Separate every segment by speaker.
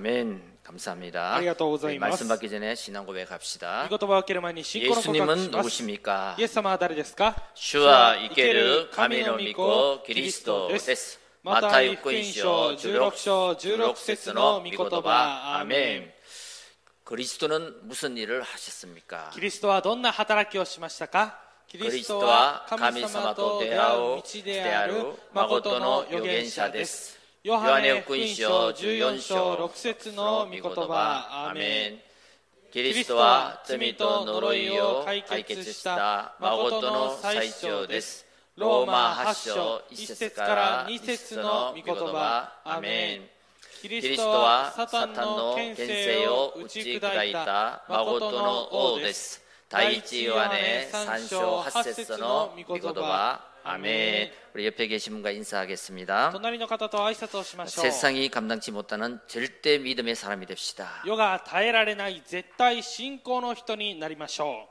Speaker 1: 아멘. 감사합니다.
Speaker 2: 감사합니다.
Speaker 1: 우리 말씀 받기 전에 신앙 고백 합시다.
Speaker 2: 御言葉を受ける前に信仰の告白
Speaker 1: 예수님은
Speaker 2: しますイ
Speaker 1: 누구십니까?
Speaker 2: エス様は誰ですか
Speaker 1: 주와 이케르 가미노 미코 그리스도 데스
Speaker 2: また福
Speaker 1: 마타이
Speaker 2: 音
Speaker 1: 福音書
Speaker 2: 書16章16節の御言葉アーメン
Speaker 1: 아멘. 그리스도는 무슨 일을 하셨습니까?
Speaker 2: キリストはどんな働きをしましたかキ
Speaker 1: ク
Speaker 2: リ
Speaker 1: リス
Speaker 2: スト
Speaker 1: ト
Speaker 2: は
Speaker 1: は神
Speaker 2: 神様
Speaker 1: 様と
Speaker 2: と
Speaker 1: 出
Speaker 2: 出
Speaker 1: 会
Speaker 2: 会
Speaker 1: う
Speaker 2: う
Speaker 1: 道
Speaker 2: 道
Speaker 1: で
Speaker 2: で
Speaker 1: あ
Speaker 2: あ
Speaker 1: る
Speaker 2: る
Speaker 1: 誠
Speaker 2: 誠
Speaker 1: の
Speaker 2: の
Speaker 1: 預
Speaker 2: 預
Speaker 1: 言
Speaker 2: 言
Speaker 1: 者
Speaker 2: 者
Speaker 1: で
Speaker 2: ですす。
Speaker 1: ヨ
Speaker 2: ヨ
Speaker 1: ハ
Speaker 2: ハ
Speaker 1: ネ福
Speaker 2: ネ福
Speaker 1: 音
Speaker 2: 音
Speaker 1: 書
Speaker 2: 書
Speaker 1: 14
Speaker 2: 14
Speaker 1: 章
Speaker 2: 章
Speaker 1: 6
Speaker 2: 6
Speaker 1: 節
Speaker 2: 節
Speaker 1: の
Speaker 2: の
Speaker 1: 御
Speaker 2: 御
Speaker 1: 言
Speaker 2: 言
Speaker 1: 葉
Speaker 2: 葉
Speaker 1: ア
Speaker 2: ア
Speaker 1: ー
Speaker 2: ー
Speaker 1: メ
Speaker 2: メ
Speaker 1: ン
Speaker 2: ン
Speaker 1: キリストは罪と呪いを解決した誠の最長ですローマ8章1節から2節の御言葉アーメン
Speaker 2: キ
Speaker 1: キ
Speaker 2: リ
Speaker 1: リ
Speaker 2: ス
Speaker 1: ス
Speaker 2: ト
Speaker 1: トは
Speaker 2: は
Speaker 1: サタ
Speaker 2: サタ
Speaker 1: ン
Speaker 2: ン
Speaker 1: の
Speaker 2: の
Speaker 1: 権
Speaker 2: 権
Speaker 1: 勢
Speaker 2: 勢
Speaker 1: を
Speaker 2: を
Speaker 1: 打
Speaker 2: 打
Speaker 1: ち
Speaker 2: ち
Speaker 1: 砕
Speaker 2: 砕
Speaker 1: い
Speaker 2: い
Speaker 1: た
Speaker 2: た
Speaker 1: 誠
Speaker 2: 誠
Speaker 1: の
Speaker 2: の
Speaker 1: 王
Speaker 2: 王
Speaker 1: で
Speaker 2: ですす。
Speaker 1: 第
Speaker 2: 第
Speaker 1: 一
Speaker 2: 一
Speaker 1: ヨ
Speaker 2: ヨ
Speaker 1: ハ
Speaker 2: ハ
Speaker 1: ネ
Speaker 2: ネ
Speaker 1: 3
Speaker 2: 3
Speaker 1: 章
Speaker 2: 章
Speaker 1: 8
Speaker 2: 8
Speaker 1: 節
Speaker 2: 節
Speaker 1: の
Speaker 2: の
Speaker 1: 御
Speaker 2: 御
Speaker 1: 言
Speaker 2: 言
Speaker 1: 葉
Speaker 2: 葉
Speaker 1: アメン 우리 옆에 계신 분과 인사하겠습니다.
Speaker 2: 隣の方と挨拶をしましょう
Speaker 1: 세상이 감당치 못하는 절대 믿음의 사람이 됩시다.
Speaker 2: 世が耐えられない絶対信仰の人になりましょ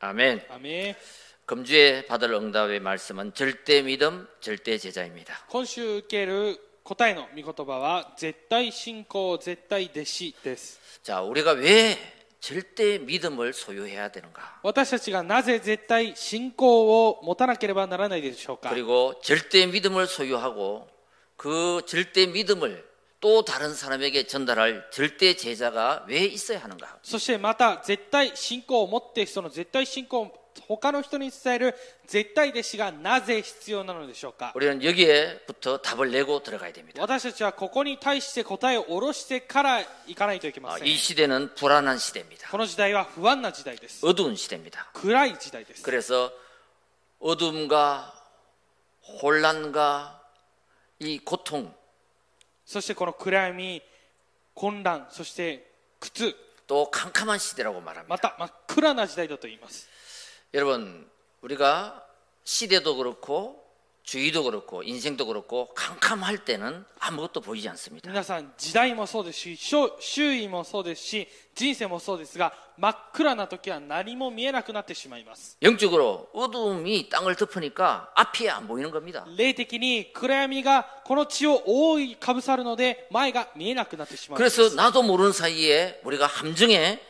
Speaker 1: 아멘.
Speaker 2: うアーメン
Speaker 1: 금주에 받을 응답의 말씀은 절대 믿음, 절대 제자입니다.
Speaker 2: 今週受ける答えの御言葉は絶対信仰絶対弟子です
Speaker 1: 자, 우리가 왜 절대 믿음을 소유해야 되는가?
Speaker 2: 私たちがなぜ絶対信仰を持たなければならないでしょうか
Speaker 1: 그리고 절대 믿음을 소유하고 그 절대 믿음을 또 다른 사람에게 전달할 절대 제자가 왜 있어야 하는가?
Speaker 2: そしてまた絶対信仰を持ってその絶対信仰を他の人に伝える絶対弟子がなぜ必要なのでしょうか
Speaker 1: 우리는 여기에부터 답을 내고 들어가야 됩니다.
Speaker 2: 私たちはここに対して答えを下ろしてからいかないといけま
Speaker 1: 아,
Speaker 2: せん
Speaker 1: 이 시대는 불안한 시대입니다.
Speaker 2: この時代は不安な時代です
Speaker 1: 어두운 시대입니다.
Speaker 2: 暗い時代です
Speaker 1: 그래서 어둠과 혼란과 이 고통
Speaker 2: そしてこの暗闇混乱そして苦痛
Speaker 1: 또 캄캄한 시대라고 말합니다.
Speaker 2: また真っ暗な時代だと言います
Speaker 1: 여러분 우리가 시대도 그렇고 주의도 그렇고 인생도 그렇고 캄캄할 때는 아무것도 보이지 않습니다.
Speaker 2: 皆さん時代もそうですし周周囲もそうですし人生もそうですが真っ暗な時は何も見えなくなってしまいます
Speaker 1: 영적으로 어둠이 땅을 덮으니까 앞이 안 보이는 겁니다.
Speaker 2: 霊的に暗闇がこの地を覆いかぶさるので前が見えなくなってしまうんです
Speaker 1: 그래서 나도 모르는 사이에 우리가 함정에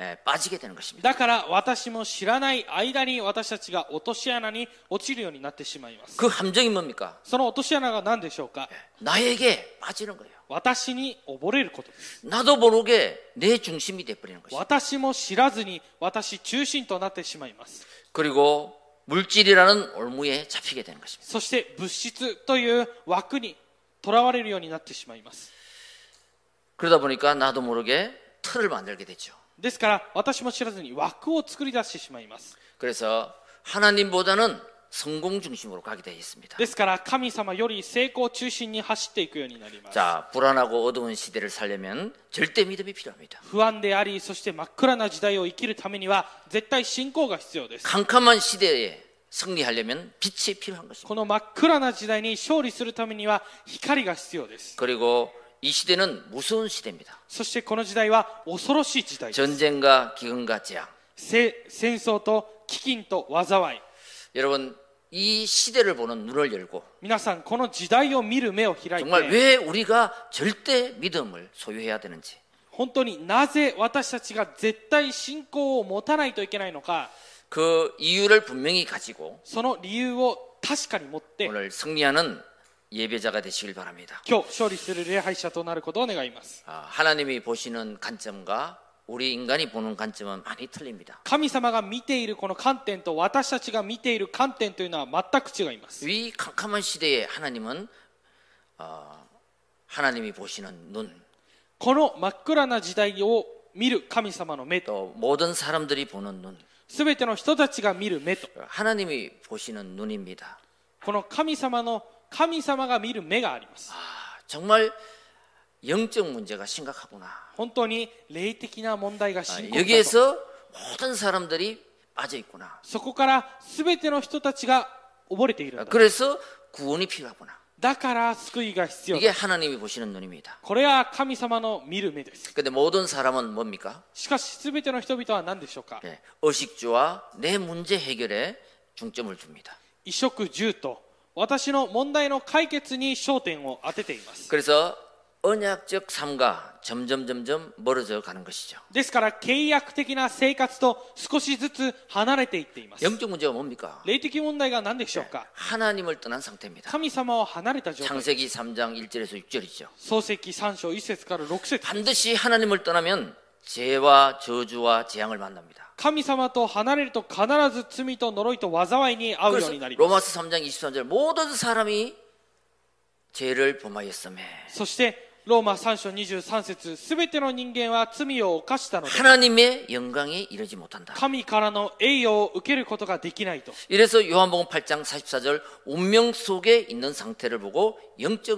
Speaker 1: 에, 빠지게 되는 것입니다.
Speaker 2: だから私も知らない間に私たちが落とし穴に落ちるようになってしまいます
Speaker 1: 그 함정이 뭡니까? 예,
Speaker 2: その落とし穴が何でしょうか
Speaker 1: 나에게 빠지는 거예요.
Speaker 2: 私に溺れることです
Speaker 1: 나도 모르게 내 중심이 돼버리는 것이죠.
Speaker 2: 私も知らずに私中心となってしまいます
Speaker 1: 그리고 물질이라는 올무에 잡히게 되는 것입니다.
Speaker 2: そして物質という枠にとらわれるようになってしまいます
Speaker 1: 그러다 보니까 나도 모르게 틀을 만들게 되죠.
Speaker 2: ですから私も知らずに枠を作り出してしまいます
Speaker 1: 그래서 하나님보다는 성공 중심으로 가게 되어 있습니다.
Speaker 2: ですから神様より成功中心に走っていくようになります
Speaker 1: 자, 불안하고 어두운 시대를 살려면 절대 믿음이 필요합니다.
Speaker 2: 不安でありそして真っ暗な時代を生きるためには絶対信仰が必要です
Speaker 1: 캄캄한 시대에 승리하려면 빛이 필요한 것입니다.
Speaker 2: この真っ暗な時代に勝利するためには光が必要です
Speaker 1: 그리고 이 시대는 무서운 시대입니다.
Speaker 2: そしてこの時代は恐ろしい時代です
Speaker 1: 전쟁과 기근과 재앙.
Speaker 2: せ戦争と飢饉と災い
Speaker 1: 여러분, 이 시대를 보는 눈을 열고
Speaker 2: 皆さんこの時代を見る目を開い
Speaker 1: 정말
Speaker 2: て
Speaker 1: 왜 우리가 절대 믿음을 소유해야 되는지
Speaker 2: 本当になぜ私たちが絶対信仰を持たないといけないのか
Speaker 1: 그 이유를 분명히 가지고
Speaker 2: その理由を確かに持って今
Speaker 1: 오늘 승리하는 예배자가 되시길 바랍니다.
Speaker 2: 日勝利する礼拝者となることを願います
Speaker 1: 아, 하나님이 보시는 관점과 우리 인간이 보는 관점은 많이 틀립니다.
Speaker 2: 神様が見ているこの観点と私たちが見ている観点というのは全く違います
Speaker 1: 이 캄캄한 시대에 하나님은 어, 하나님이 보시는 눈,
Speaker 2: この真っ暗な時代を見る神様の目と
Speaker 1: 또 모든 사람들이 보는 눈,
Speaker 2: 全ての人たちが見る目と
Speaker 1: 하나님이 보시는 눈입니다.
Speaker 2: この神様の神様が見る目があります
Speaker 1: 아, 정말 영적 문제가 심각하구나.
Speaker 2: 本当に霊的な問題が
Speaker 1: 아,
Speaker 2: 深刻だと
Speaker 1: 여기에서 모든 사람들이 빠져 있구나.
Speaker 2: そこから全ての人たちが溺れているんだ
Speaker 1: 그래서 구원이 필요하구나.
Speaker 2: だから救いが必要
Speaker 1: 이게
Speaker 2: だ
Speaker 1: 하나님이 보시는 눈입니다.
Speaker 2: これは神様の見る目です
Speaker 1: 근데 모든 사람은 뭡니까?
Speaker 2: しかし全ての人々は何でしょうか
Speaker 1: 예, 의식주와 내 문제 해결에 중점을 줍니다.
Speaker 2: 衣食住と私の問題の解決に焦点を当てています
Speaker 1: 그래서 언약적 삶과 점점 점점 멀어져 가는 것이죠.
Speaker 2: ですから契約的な生活と少しずつ離れていっています
Speaker 1: 영적 문제가 뭡니까?
Speaker 2: 霊的問題が何でしょうか
Speaker 1: 하나님을 떠난 상태입니다.
Speaker 2: 神様を離れた状態
Speaker 1: 창세기 3장 1절에서 6절이죠.
Speaker 2: 創世記3章1節から6節
Speaker 1: 반드시 하나님을 떠나면 죄와 저주와 재앙을 만납니다.
Speaker 2: 神様と離れると必ず罪と呪いと災いに遭うよ
Speaker 1: 그래서
Speaker 2: うになります
Speaker 1: 로마서 3장 23절 모든 사람이 죄를 범하였음에
Speaker 2: そしてローマ3章23節すべての人間は罪を犯したので
Speaker 1: 하나님의 영광이 이르지 못한다.
Speaker 2: 神からの栄誉を受けることができないと
Speaker 1: 이래서 요한복음 8장 44절 운명 속에 있는 상태를 보고 영적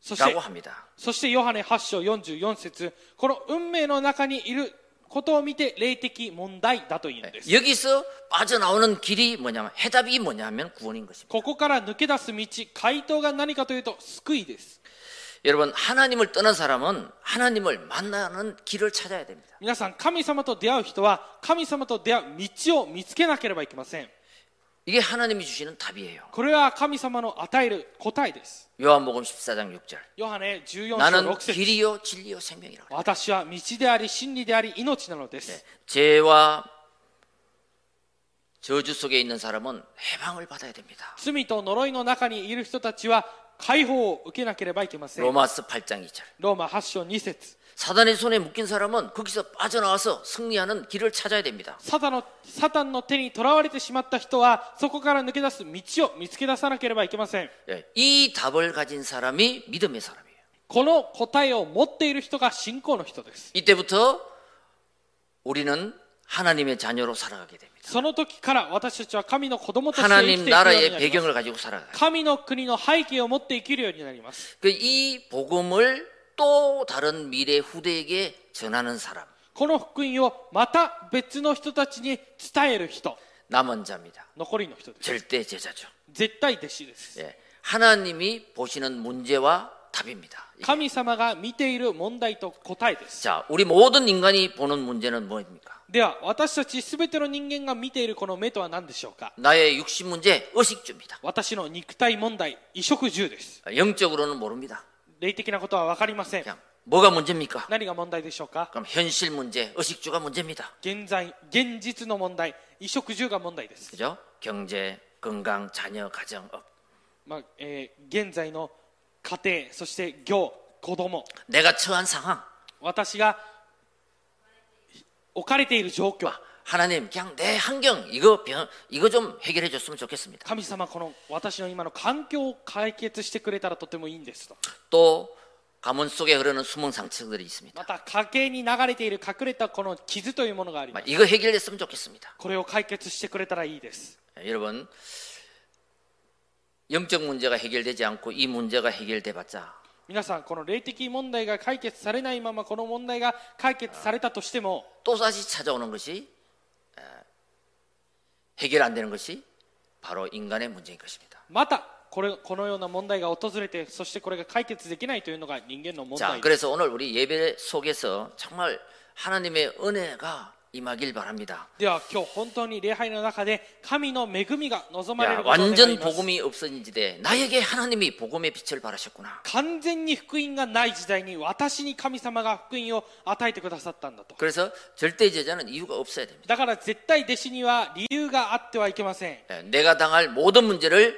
Speaker 2: そして
Speaker 1: 문제라고 합니다.
Speaker 2: そしてヨハネ8章44節この運命の中にいることを見て霊的問題だというんです
Speaker 1: 여기서 빠져나오는 길이 뭐냐면 해답이 뭐냐면 구원인 것입니다.
Speaker 2: ここから抜け出す道回答が何かというと救いです
Speaker 1: 여러분 하나님을 떠난 사람은 하나님을 만나는 길을 찾아야 됩니다.
Speaker 2: 皆さん神様と出会う人は神様と出会う道を見つけなければいけません
Speaker 1: 이게 하나님이 주시는 답이에요.
Speaker 2: これは神様の与える答えです
Speaker 1: 요한복음 14장 6절.
Speaker 2: ヨハネ14章
Speaker 1: 나는
Speaker 2: 6節
Speaker 1: 길이요 진리요 생명이라고.
Speaker 2: 私は道であり真理であり命なのです、
Speaker 1: 네, 죄와 저주 속에 있는 사람은 해방을 받아야 됩니다.
Speaker 2: 罪と呪いの中にいる人たちは解放を受けなければいけませんロ
Speaker 1: 로마서 8장 2절.
Speaker 2: ーマ8章2節
Speaker 1: 사단의 손에 묶인 사람은 거기서 빠져나와서 승리하는 길을 찾아야 됩니다.
Speaker 2: サタのサタンの手にとらわれてしまった人はそこから抜け出す道を見つけ出さなければいけません
Speaker 1: 예, 이 답을 가진 사람이 믿음의 사람이에요.
Speaker 2: この答えを持っている人が信仰の人です
Speaker 1: 이때부터 우리는 하나님의 자녀로 살아가게 됩니다.
Speaker 2: その時から私たちは神の子供として生きてい
Speaker 1: 하나님
Speaker 2: くよ
Speaker 1: 나라의
Speaker 2: うになります
Speaker 1: 배경을 가지고 살아가요.
Speaker 2: 神の国の背景を持って生きるようになります
Speaker 1: 그이 복음을 또 다른 미래 후대에게 전하는 사람,
Speaker 2: この福音をまた別の人たちに伝える人
Speaker 1: 남은 자입니다.
Speaker 2: 残りの人です
Speaker 1: 절대 제자죠.
Speaker 2: 絶対弟子です。
Speaker 1: 예, 하나님이 보시는 문제와 답입니다.
Speaker 2: 神様が見ている問題と答えです。
Speaker 1: 자, 우리 모든 인간이 보는 문제는 뭐입니까?
Speaker 2: では、私たち全ての人間が見ているこの目とは何でしょうか
Speaker 1: 나의 육신 문제, 의식주입니다.
Speaker 2: 私の肉体問題、衣食住です。
Speaker 1: 영적으로는 모릅니다.
Speaker 2: 霊的なことは分かりません。
Speaker 1: 그냥 뭐가 문제입니까?
Speaker 2: 何が問題でしょうか
Speaker 1: 그럼 현실 문제, 의식주가 문제입니다.
Speaker 2: 現在、現実の問題、衣食住が問題です。
Speaker 1: 그죠? 경제, 건강, 자녀, 가정, 업.
Speaker 2: まあえー現在の家庭、そして業、子供、
Speaker 1: 내가 처한 상황.
Speaker 2: 私が置かれている状況、
Speaker 1: 하나님, 그냥 내 환경 이거 변- 이거 좀 해결해 줬으면 좋겠습니다.
Speaker 2: 神様、この私の今の環境を解決してくれたらとてもいいんですと。
Speaker 1: 또 가문 속에 흐르는 숨은 상처들이 있습니다.
Speaker 2: また家計に流れている隠れたこの傷というものがあります
Speaker 1: 막 이거 해결됐으면 좋겠습니다.
Speaker 2: これを解決してくれたらいいです
Speaker 1: 예, 여러분 영적 문제가 해결되지 않고 이 문제가 해결돼봤자
Speaker 2: 皆さんこの霊的問題が解決されないままこの問題が解決されたとしても
Speaker 1: 또 다시 찾아오는 것이 에, 해결 안 되는 것이 바로 인간의 문제인 것입니다.
Speaker 2: またこれこのような問題が訪れてそしてこれが解決できないというのが人間の問
Speaker 1: 자
Speaker 2: 題です
Speaker 1: 그래서 오늘 우리 예배 속에서 정말 하나님의 은혜가 임하길 바랍니다.
Speaker 2: では今日本当に礼拝の中で神の恵みが望まれ
Speaker 1: 야,
Speaker 2: ることを願い
Speaker 1: 완전
Speaker 2: ます
Speaker 1: 복음이 없어진 지대 나에게 하나님이 복음의 빛을 발하셨구나.
Speaker 2: 完全に福音がない時代に私に神様が福音を与えてくださったんだと
Speaker 1: 그래서 절대 제자는 이유가 없어야 됩니다.
Speaker 2: だから絶対弟子には理由があってはいけません
Speaker 1: 예, 내가 당할 모든 문제를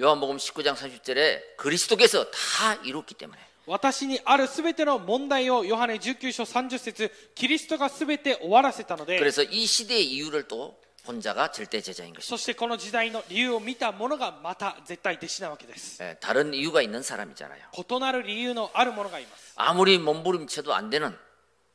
Speaker 1: 요한복음 19장 30절에 그리스도께서 다 이뤘기 때문에
Speaker 2: 私にあるすべての問題をヨハネ19章30節キリストがすべて終わらせたので
Speaker 1: 그래서 이 시대의 이유를 또 혼자가 절대 제자인 것입니다.
Speaker 2: そしてこの時代の理由を見た者がまた絶対弟子なわけです
Speaker 1: 예, 다른 이유가 있는 사람이잖아요.
Speaker 2: 異なる理由のある者がいます
Speaker 1: 아무리 몸부림쳐도 안 되는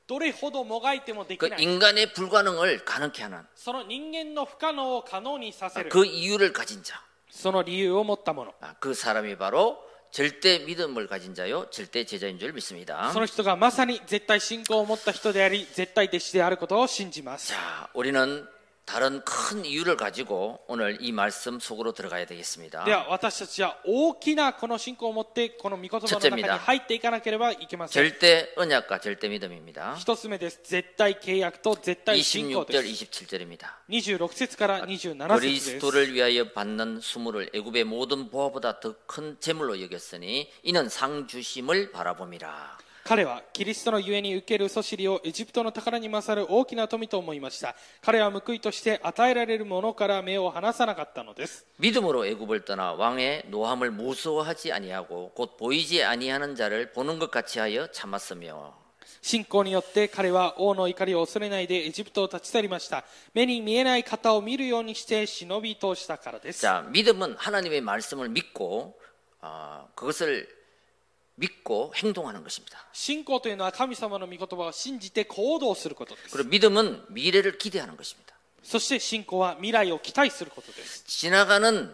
Speaker 2: どれほどもがいてもで
Speaker 1: 그
Speaker 2: きない
Speaker 1: 인간의 불가능을 가능케 하는
Speaker 2: その人間の不可能を可能にさせる
Speaker 1: 그 이유를 가진 자.
Speaker 2: その理由を持った者
Speaker 1: 아, 그 사람이 바로 절대 믿음을 가진 자요, 절대 제자인 줄 믿습니다.
Speaker 2: その人がまさに絶対信仰を持った人であり絶対弟子であることを信じます
Speaker 1: 자, 우리는 다른 큰 이유를 가지고 오늘 이 말씀 속으로 들어가야 되겠습니다.
Speaker 2: では私たちは大きなこの信仰を持ってこの御言葉の中に入っていかなければいけません
Speaker 1: 절대 언약과 절대 믿음입니다.
Speaker 2: 一つ目です絶対契約と絶対信仰
Speaker 1: 26절
Speaker 2: です
Speaker 1: 27절입니다.
Speaker 2: 26節から27節です
Speaker 1: 그리스도를 위하여 받는 수물을 애굽의 모든 보화보다 더 큰 재물로 여겼으니 이는 상 주심을 바라봄이라.
Speaker 2: 彼はキリストのゆえに受けるそしりをエジプトの宝に勝る大きな富と思いました彼は報いとして与えられるものから目を離さなかったのです
Speaker 1: 믿음으로 애굽을 떠나 왕의 노함을 무서워하지 아니하고 곧 보이지 아니하는 자를 보는 것 같이 하여 참았으며
Speaker 2: 信仰によって彼は王の怒りを恐れないでエジプトを立ち去りました目に見えない方を見るようにして忍び通したからです
Speaker 1: 자, 믿음은 하나님의 말씀을 믿고 아, 그것을 믿고 행동하는 것입니다.
Speaker 2: 信仰というのは神様の御言葉を信じて行動することです
Speaker 1: 그리고 믿음은 미래를 기대하는 것입니다.
Speaker 2: そして信仰は未来を期待することです
Speaker 1: 지나가는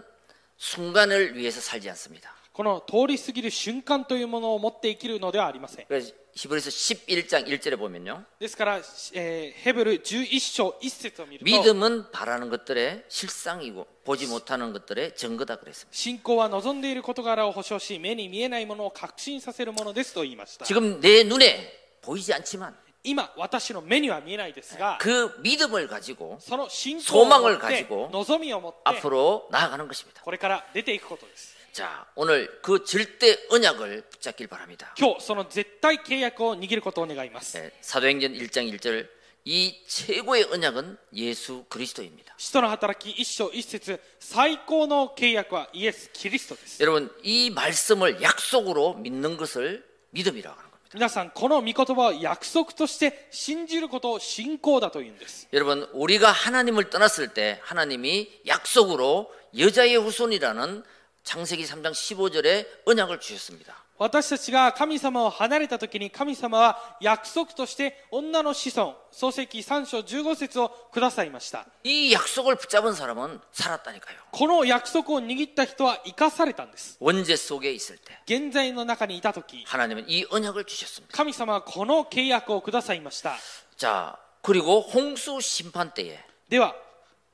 Speaker 1: 순간을 위해서 살지 않습니다.
Speaker 2: この通り過ぎる瞬間というものを持って生きるのではありません
Speaker 1: 그래서 히브리서 11장 1절에 보면요.
Speaker 2: ですから、えーヘブル11章1節を見ると
Speaker 1: 믿음은 바라는 것들의 실상이고 보지 못하는 것들의 증거다 그랬습니다.
Speaker 2: 信仰は望んでいる事柄を保証し目に見えないものを確信させるものですと言いました
Speaker 1: 지금 내 눈에 보이지 않지만
Speaker 2: 今私の目には見えないですが
Speaker 1: 그 믿음을 가지고
Speaker 2: その信仰を持っ
Speaker 1: 소망을가지
Speaker 2: て
Speaker 1: 고
Speaker 2: 望みを持って
Speaker 1: 앞으로 나아가는 것입니다.
Speaker 2: これから出ていくことです
Speaker 1: 자, 오늘 그 절대 언약을 붙잡길 바랍니다.
Speaker 2: 今日その絶対契約を握ることを願います
Speaker 1: 예, 사도행전 1장 1절 이 최고의 언약은 예수 그리스도입니다.
Speaker 2: 使徒の働き一章一節最高の契約はイエス・キリストです
Speaker 1: 여러분 이 말씀을 약속으로 믿는 것을 믿음이라고 하는 겁니다.
Speaker 2: 皆さんこの御言葉を約束として信じることを信仰だというんです
Speaker 1: 여러분 우리가 하나님을 떠났을 때 하나님이 약속으로 여자의 후손이라는 창세기 3장 15절에 언약을 주셨습니다.
Speaker 2: 私たちが神様を離れた時に神様は約束として女の子孫創世記3章15節をくださいました
Speaker 1: 이 약속을 붙잡은 사람은 살았다니까요.
Speaker 2: この約束を握った人は生かされたんです
Speaker 1: 원죄 속에 있을 때
Speaker 2: 現在の中にいた時
Speaker 1: 하나님은 이 언약을 주셨습니다.
Speaker 2: 神様はこの契約をくださいました
Speaker 1: 자, 그리고 홍수 심판 때에
Speaker 2: では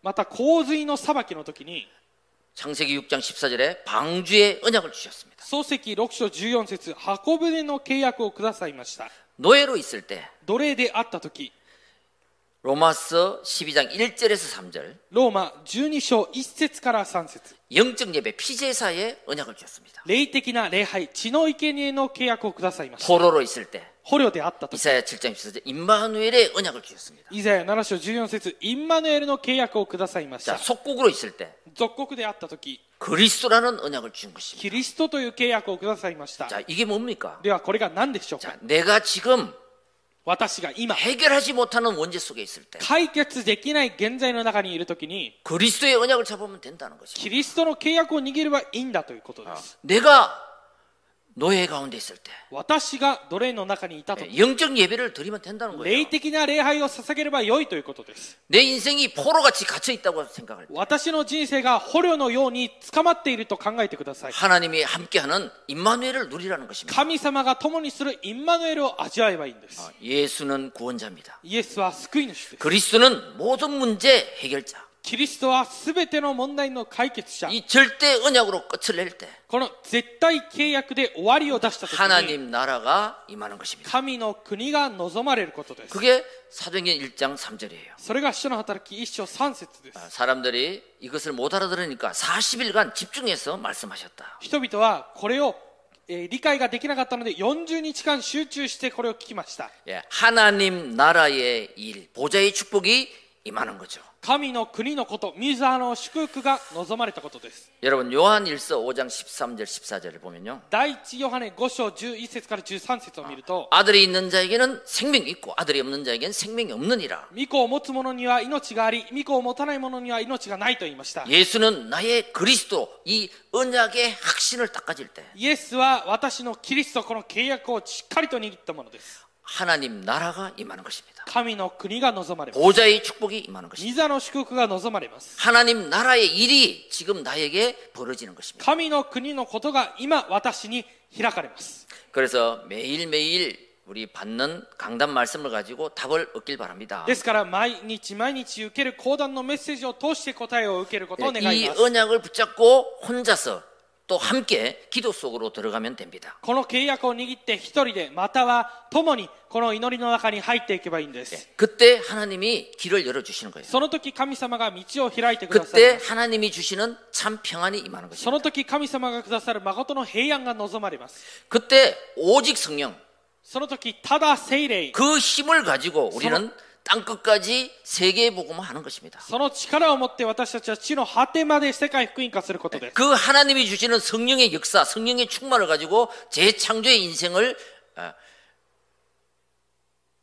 Speaker 2: また洪水の裁きの時に
Speaker 1: 창세기 6장 14절에 방주의 언약을 주셨습니다.
Speaker 2: 漱石6章14節箱舟の契約をくださいました
Speaker 1: 노예로 있을 때
Speaker 2: 奴隷であった時
Speaker 1: 로마서 12장 1절에서 3절
Speaker 2: ローマ12章1節から3節
Speaker 1: 영적 예배 피제사의 언약을 주셨습니다.
Speaker 2: 霊的な礼拝血の生贄の契約をくださいました
Speaker 1: 포로로 있을 때
Speaker 2: 捕虜であった時
Speaker 1: 이사야 7장 14절 임마누엘의 언약을 주셨습니다.
Speaker 2: イザヤ7章14節インマヌエルの契約をくださいまし
Speaker 1: 자
Speaker 2: た
Speaker 1: 속국으로 있을 때
Speaker 2: 属国であった時
Speaker 1: 그리스도라는 언약을 주신 것입니다.
Speaker 2: キリストという契約をくださいました
Speaker 1: 자 이게 뭡니까?
Speaker 2: ではこれが何でしょうか
Speaker 1: 자 내가 지금
Speaker 2: 私が今
Speaker 1: 해결하지 못하는 원죄 속에 있을 때
Speaker 2: 解決できない現在の中にいる時に
Speaker 1: 그리스도의 언약을 잡으면 된다는 것입니다.
Speaker 2: キリストの契約を握ればいいんだということです、
Speaker 1: 내가 노예 가운데 있을 때
Speaker 2: 私が奴隷の中にいたと
Speaker 1: 영적 예배를 드리면 된다는
Speaker 2: 霊
Speaker 1: 거예요.
Speaker 2: 的な礼拝を捧げればよいということです
Speaker 1: 내 인생이 포로같이 갇혀 있다고 생각할 때
Speaker 2: 私の人生が捕虜のように捕まっていると考えてください
Speaker 1: 하나님이 함께하는 임마누엘을 누리라는 것입니다. 어,
Speaker 2: 神様が共にするインマヌエルを味わえばいいんです
Speaker 1: 예수는 구원자입니다.
Speaker 2: イエスは救い主です
Speaker 1: 그리스도는 모든 문제 해결자.
Speaker 2: キリストは全ての問題の解決者
Speaker 1: 이 절대 언약으로 끝을 낼 때
Speaker 2: この絶対契約で終わりを出した時に
Speaker 1: 하나님 나라가 임하는 것입니다.
Speaker 2: 神の国が望まれることです
Speaker 1: 그게 사도행전 1장 3절이에요. 아,
Speaker 2: それが主の働き一章三節です
Speaker 1: 사람들이 이것을 못 알아들으니까 40일간 집중해서 말씀하셨다.
Speaker 2: 人々はこれを、えー理解ができなかったので40日間集中してこれを聞きました
Speaker 1: 예, 하나님 나라의 일, 보좌의 축복이 임하는 거죠.
Speaker 2: 神の国のことミザーの祝福が望まれたことです
Speaker 1: 여러분 요한일서 5장 13절 14절을 보면요.
Speaker 2: 第一ヨハネ5章11節から13節を見ると
Speaker 1: 아들이 있는 자에게는 생명이 있고 아들이 없는 자에게는 생명이 없느니라.
Speaker 2: 御子を持つ者には命があり御子を持たない者には命がないと言いました
Speaker 1: 예수는 나의 그리스도 이 언약의 확신을 딱 가질 때
Speaker 2: イエスは私のキリストこの契約をしっかりと握ったものです
Speaker 1: 하나님 나라가 임하는 것입니다.
Speaker 2: 神の国が望まれます
Speaker 1: 보좌의 축복이 임하는 것입니다.
Speaker 2: ミザの祝福が望まれます
Speaker 1: 하나님 나라의 일이 지금 나에게 벌어지는 것입니다.
Speaker 2: 神の国のことが今私に開かれます
Speaker 1: 그래서 매일매일 우리 받는 강단 말씀을 가지고 답을 얻길 바랍니다.
Speaker 2: ですから毎日毎日受ける講談のメッセージを通して答えを受けることを願い
Speaker 1: 이
Speaker 2: ます。
Speaker 1: 언약을 붙잡고 혼자서 또 함께 기도 속으로 들어가면 됩니다.
Speaker 2: この契約を握って一人で、または共にこの祈りの中に入っていけばいいんです。
Speaker 1: 그때 하나님이 길을 열어주시는 거예요.
Speaker 2: その時神様が道を開いてください
Speaker 1: 그때 。 하나님이 주시는 참 평안이 임하는
Speaker 2: そ
Speaker 1: 것입니다.
Speaker 2: の時神様がくださる誠の平安が望まれます。
Speaker 1: 그때 오직 성령
Speaker 2: その時ただ聖霊、
Speaker 1: 그 힘을 가지고 우리는 땅 끝까지 세계 복음을 하는 것입니다.
Speaker 2: その力を持って私たちは地の果てまで世界福音化することです。
Speaker 1: 그 하나님이 주시는 성령의 역사, 성령의 충만을 가지고 재창조의 인생을 어,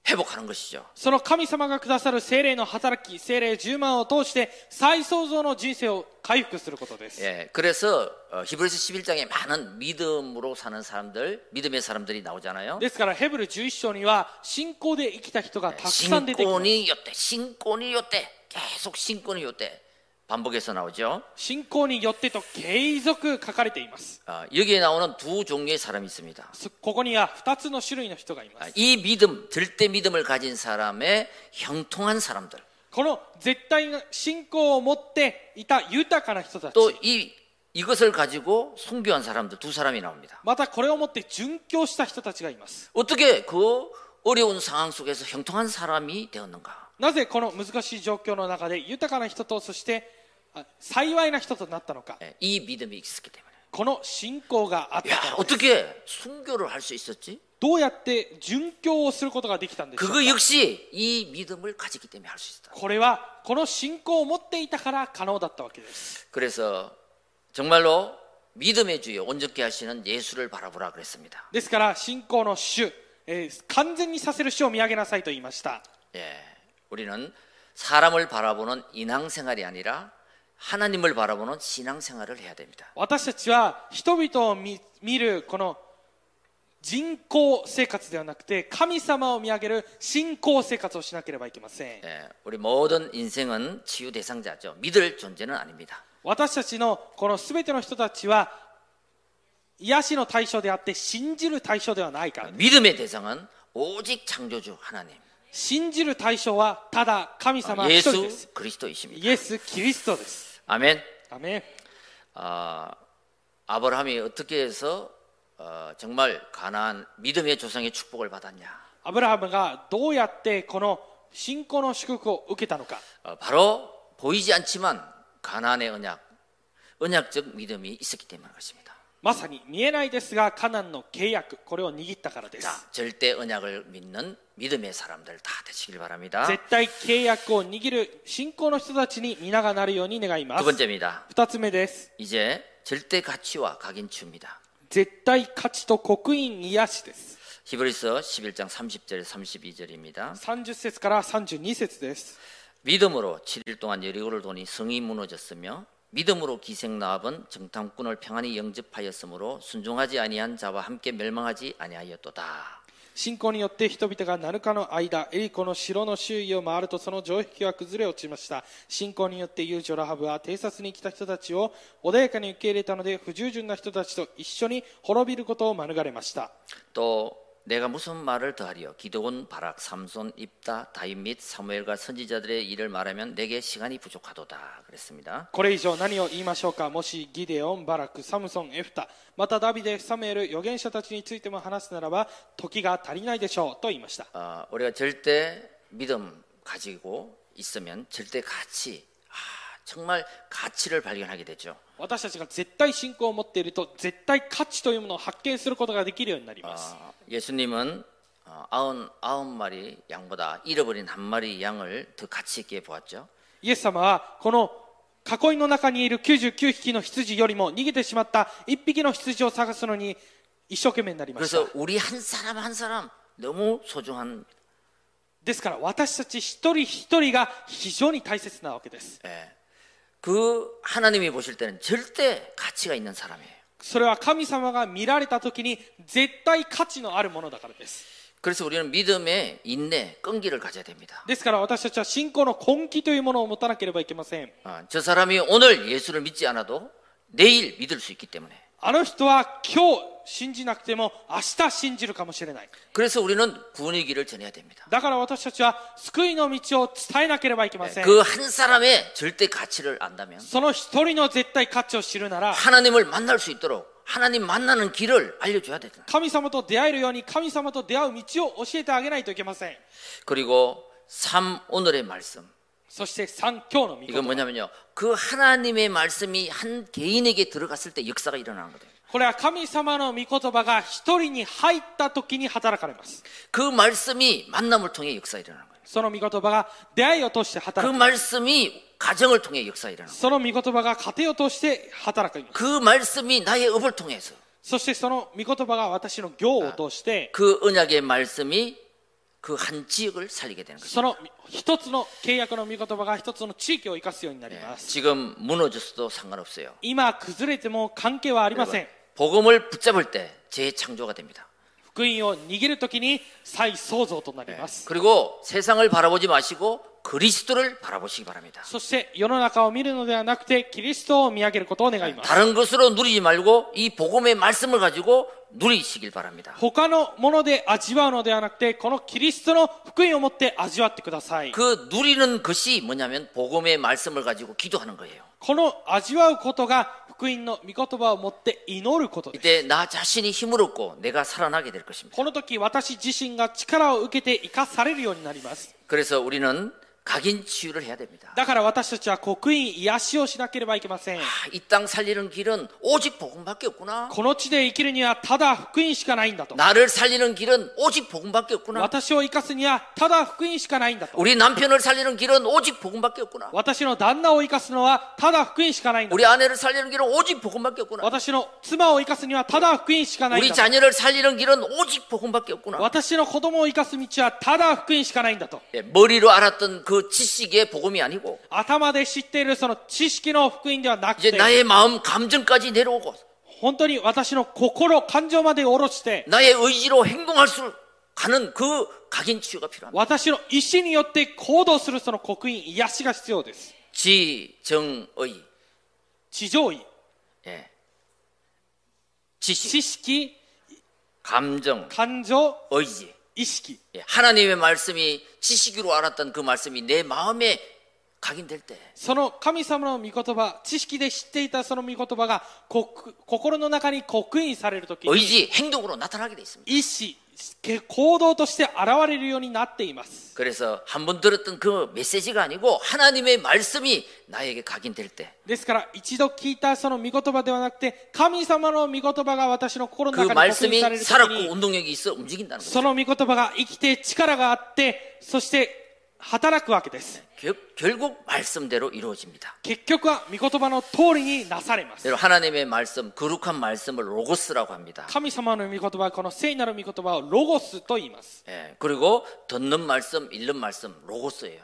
Speaker 1: 회복하는 것이죠.
Speaker 2: その神様がくださる聖霊の働き、聖霊10万を通して再創造の人生を回復することです。
Speaker 1: 예, 그래서 어, 히브리서 11장에 많은 믿음으로 사는 사람들, 믿음의 사람들이 나오잖아요.
Speaker 2: ですからヘブル11章には信仰で生きた人がたくさん出てきます。
Speaker 1: 신권이 요때, 신권이 요때, 계속 신권이 요때 반복해서 나오죠.
Speaker 2: 信仰によってと継続書かれています。
Speaker 1: 아, 여기에 나오는 두 종류의 사람이 있습니다.
Speaker 2: そここには2つの種類の人がいま
Speaker 1: 아,
Speaker 2: す。
Speaker 1: 이 믿음, 들때 믿음을 가진 사람의 형통한 사람들,
Speaker 2: この絶対の信仰を持っていた豊かな人たち。
Speaker 1: 또 이 이것을 가지고 순교한 사람들 두 사람이 나옵니다.
Speaker 2: またこれを持って殉教した人たちがいます。
Speaker 1: 어떻게 그 어려운 상황 속에서 형통한 사람이 되었는가?
Speaker 2: なぜこの難しい状況の中で豊かな人とそしてあ幸いな人となったのか。
Speaker 1: 예, 이 믿음이 있었기 때문에.
Speaker 2: この信仰があった
Speaker 1: 야
Speaker 2: からです
Speaker 1: 어떻게 순교를 할 수 있었지?
Speaker 2: どうやって殉教をすることができたんでしょうか
Speaker 1: 그거 역시 이 믿음을 가지기 때문에 할 수 있다.
Speaker 2: これはこの信仰を持っていたから可能だったわけです
Speaker 1: 그래서 정말로 믿음의 주여 온전케 하시는 예수를 바라보라 그랬습니다.
Speaker 2: ですから信仰の主、えー完全にさせる主を見上げなさいと言いました
Speaker 1: 예, 우리는 사람을 바라보는 인앙생활이 아니라 하나님을 바라보는 신앙생활을 해야 됩니다.
Speaker 2: 私たちは人々を見見るこの人工生活ではなくて神様を見上げる信仰生活をしなければいけません
Speaker 1: 예, 우리 모든 인생은 치유 대상자죠. 믿을 존재는 아닙니다.
Speaker 2: 私たちのこの全ての人たちは癒しの対象であって信じる対象ではないからです
Speaker 1: 믿음의 대상은 오직 창조주 하나님
Speaker 2: 信じる対象はただ神様一人で
Speaker 1: 예수
Speaker 2: す。
Speaker 1: 그리스도이십니다.
Speaker 2: イエス・キリストです。
Speaker 1: 아멘.
Speaker 2: アメン
Speaker 1: 아, 아브라함이 어떻게 해서 어, 정말 가나안 믿음의 조상의 축복을 받았냐?
Speaker 2: アブラハムがどうやってこの信仰の祝福を受けたのか。
Speaker 1: 어, 바로 보이지 않지만 가나안의 언약, 언약적 믿음이 있었기 때문인 것입니다.
Speaker 2: まさに見えないですが、カナンの契約、これを握ったからです。
Speaker 1: 자, 절대 언약을 믿는 믿음의 사람들 다 되시길 바랍니다.
Speaker 2: 絶対契約を握る信仰の人たちに皆がなるように願いま
Speaker 1: 두
Speaker 2: す。
Speaker 1: 번째입니다.
Speaker 2: 二つ目です。
Speaker 1: 이제 절대 가치와 각인추입니다.
Speaker 2: 絶対価値と刻印癒しです。
Speaker 1: 히브리서 11장 30절 32절입니다.
Speaker 2: 30節から32節です。
Speaker 1: 믿음으로 7일 동안 여리고를 도니 성이 무너졌으며 믿음으로 기생 나합은 정탐꾼을 평안히 영접하였으므로 순종하지 아니한 자와 함께 멸망하지 아니하였도다.
Speaker 2: 信仰によって人々が7日の間エリコの城の周囲を回るとその城壁は崩れ落ちました信仰によって遊女ラハブは偵察に来た人たちを穏やかに受け入れたので不従順な人たちと一緒に滅びることを免れました
Speaker 1: 또 내가 무슨 말을 더하리요 기도원 바락 삼손 입다 다윗 및 사무엘과 선지자들의 일을 말하면 내게 시간이 부족하도다 그랬습니다.
Speaker 2: これ以上何を言いましょうかもしギデオンバラクサムソンエフタまたダビデサムエル預言者たちについても話すならば時が足りないでしょうと言いました
Speaker 1: 어, 우리가 절대 믿음 가지고 있으면 절대 가치 아, 정말 가치를 발견하게 되죠.
Speaker 2: 私たちが絶対信仰を持っていると絶対価値というものを発見することができるようになります
Speaker 1: 어, 예수님은 어, 아흔 아홉 마리 양보다 잃어버린 한 마리 양을 더 가치 있게 보았죠.
Speaker 2: イエス様はこの囲いの中にいる99匹の羊よりも逃げてしまった1匹の羊を探すのに一生懸命になりました
Speaker 1: 그래서 우리 한 사람 한 사람 너무 소중한
Speaker 2: ですから私たち一人一人が非常に大切なわけです
Speaker 1: 예. 그 하나님이 보실 때는 절대 가치가 있는 사람이에요.
Speaker 2: それは神様が見られた時に絶対価値のあるものだからです
Speaker 1: 그래서 우리는 믿음의 인내, 끈기를 가져야 됩니다.
Speaker 2: ですから私たちは信仰の根気というものを持たなければいけません
Speaker 1: 아, 저 사람이 오늘 예수를 믿지 않아도 내일 믿을 수 있기 때문에
Speaker 2: あの人は今日信じなくても明日信じるかもしれない
Speaker 1: 그래서 우리는 구원의 길을 전해야 됩니다.
Speaker 2: だから私たちは救いの道を伝えなければいけません
Speaker 1: 그 한 사람의 절대 가치를 안다면
Speaker 2: その一人の絶対価値を知るなら
Speaker 1: 하나님을 만날 수 있도록 하나님 만나는 길을 알려줘야 된다.
Speaker 2: 神様と出会えるように神様と出会う道を教えてあげないといけません
Speaker 1: 그리고 3 오늘의 말씀
Speaker 2: そして三今日の御
Speaker 1: 이건
Speaker 2: 言葉
Speaker 1: 뭐냐면요. 그 하나님의 말씀이 한 개인에게 들어갔을 때 역사가 일어나는 거예요.
Speaker 2: これは神様の御言葉が一人に入った時に働かれます
Speaker 1: 그 말씀이 만남을 통해 역사가 일어나는 거예요.
Speaker 2: その御言葉が出会いを通して
Speaker 1: 그
Speaker 2: 働く
Speaker 1: 말씀이 가정을 통해 역사가 일어나는 거예요.
Speaker 2: その御言葉が家庭を通して働く
Speaker 1: 그 말씀이 나의 업을 통해서
Speaker 2: そしてその御言葉が私の行を通して
Speaker 1: 그 언약의 말씀이 그 한 지역을 살리게 되는 거죠.
Speaker 2: その一つの契約の御言葉が一つの地域を生かすようになり
Speaker 1: 예,
Speaker 2: ます
Speaker 1: 지금 무너졌어도 상관없어요.
Speaker 2: 今崩れても関係はありません
Speaker 1: 복음을 붙잡을 때 재창조가 됩니다.
Speaker 2: 福音を握る時に再創造となります
Speaker 1: 그리고 세상을 바라보지 마시고 그리스도를 바라보시기 바랍니다.
Speaker 2: そして世の中を見るのではなくてキリストを見上げることを願います
Speaker 1: 다른 것으로 누리지 말고 이 복음의 말씀을 가지고 누리시길 바랍니다.
Speaker 2: 他のもので味わうのではなくてこのキリストの福音を持って味わってください
Speaker 1: 그 누리는 것이 뭐냐면 복음의 말씀을 가지고 기도하는 거예요.
Speaker 2: この味わうことが福音の御言葉を持って祈ることです
Speaker 1: 이때 나 자신이 힘을 얻고 내가 살아나게 될 것입니다.
Speaker 2: この時私自身が力を受けて生かされるようになります
Speaker 1: 그래서 우리는 각인 치유를 해야 됩니다.
Speaker 2: だから私たちは刻印癒しをしなければいけません
Speaker 1: 아, 이 땅 살리는 길은 오직 복음밖에 없구나.
Speaker 2: この地で生きるにはただ福音しかないんだと
Speaker 1: 나를 살리는 길은 오직 복음밖에 없구나.
Speaker 2: 私を生かすにはただ福音しかないんだと
Speaker 1: 우리 남편을 살리는 길은 오직 복음밖에 없구나.
Speaker 2: 私の旦那を生かすのはただ福音しかないんだ
Speaker 1: 우리 아내를 살리는 길은 오직 복음밖에 없구나.
Speaker 2: 私の妻を生かすにはただ福音しかないん
Speaker 1: 우리
Speaker 2: だ
Speaker 1: 자녀를 살리는 길은 오직 복음밖에 없구나.
Speaker 2: 私の子供を生かす道はただ福音しかないんだと
Speaker 1: 예, 머리로 알았던 그 지식의 복음이 아니고
Speaker 2: 頭で知っているその知識の福音ではなく
Speaker 1: 이제
Speaker 2: て
Speaker 1: 나의 마음 감정까지 내려오고
Speaker 2: 本当に私の心感情まで下ろして
Speaker 1: 나의 의지로 행동할 수 가는 그 각인 치유가 필요합니다.
Speaker 2: 私の意思によって行動するその刻印癒しが必要です
Speaker 1: 지정의
Speaker 2: 地上位
Speaker 1: 예. 지식,
Speaker 2: 知識
Speaker 1: 감정,
Speaker 2: 感情
Speaker 1: 의지.
Speaker 2: 意識
Speaker 1: 예, 하나님의 말씀이 지식으로 알았던 그 말씀이 내 마음에 각인될 때
Speaker 2: その神様の御言葉知識で知っていたその御言葉が刻心の中に刻印される時
Speaker 1: 의지, 행동으로 나타나게 돼 있습니다.
Speaker 2: 意思行動として現れるようになっています
Speaker 1: 그래서 한 번 들었던 그 메시지가 아니고 하나님의 말씀이 나에게 각인될 때 그
Speaker 2: ですから一度聞いたその御言葉ではなくて神様の御言葉が私の心の中に刻印され
Speaker 1: 그 말씀이 살았고
Speaker 2: る時に
Speaker 1: 운동력이 있어 움직인다는 거예요.
Speaker 2: その御言葉が生きて力があってそして働くわけです
Speaker 1: 겨- 결국 말씀대로 이루어집니다.
Speaker 2: 結局は御言葉の通りになされます
Speaker 1: 여러분, 하나님의 말씀, 거룩한 말씀을 로고스라고 합니다.
Speaker 2: 神様の御言葉この聖なる御言葉をロゴスと言います
Speaker 1: 예, 그리고 듣는 말씀, 읽는 말씀, 로고스예요.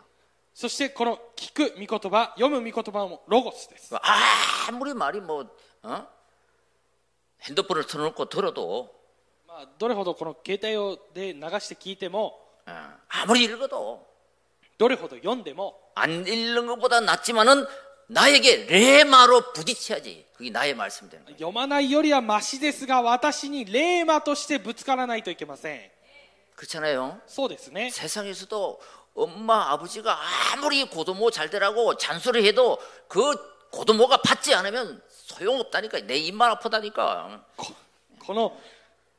Speaker 2: そしてこの聞く御言葉読む御言葉もロゴスです
Speaker 1: 아무리 말이 뭐 어? 핸드폰을 틀어놓고 들어도
Speaker 2: まあどれほどこの携帯をで流して聞いても
Speaker 1: 어, 아무리 읽어도
Speaker 2: どれほど読んでも
Speaker 1: 안 읽는 것보다 낫지만은 나에게 레마로 부딪혀야지 그게 나의 말씀 되는 거예요.
Speaker 2: 読まないよりはマシですが私に霊魔としてぶつからないといけません
Speaker 1: 그렇잖아요.
Speaker 2: そうですね
Speaker 1: 세상에서도 엄마 아버지가 아무리 고도모 잘 되라고 잔소리 해도 그 고도모가 받지 않으면 소용없다니까 내 입만 아프다니까.
Speaker 2: ここの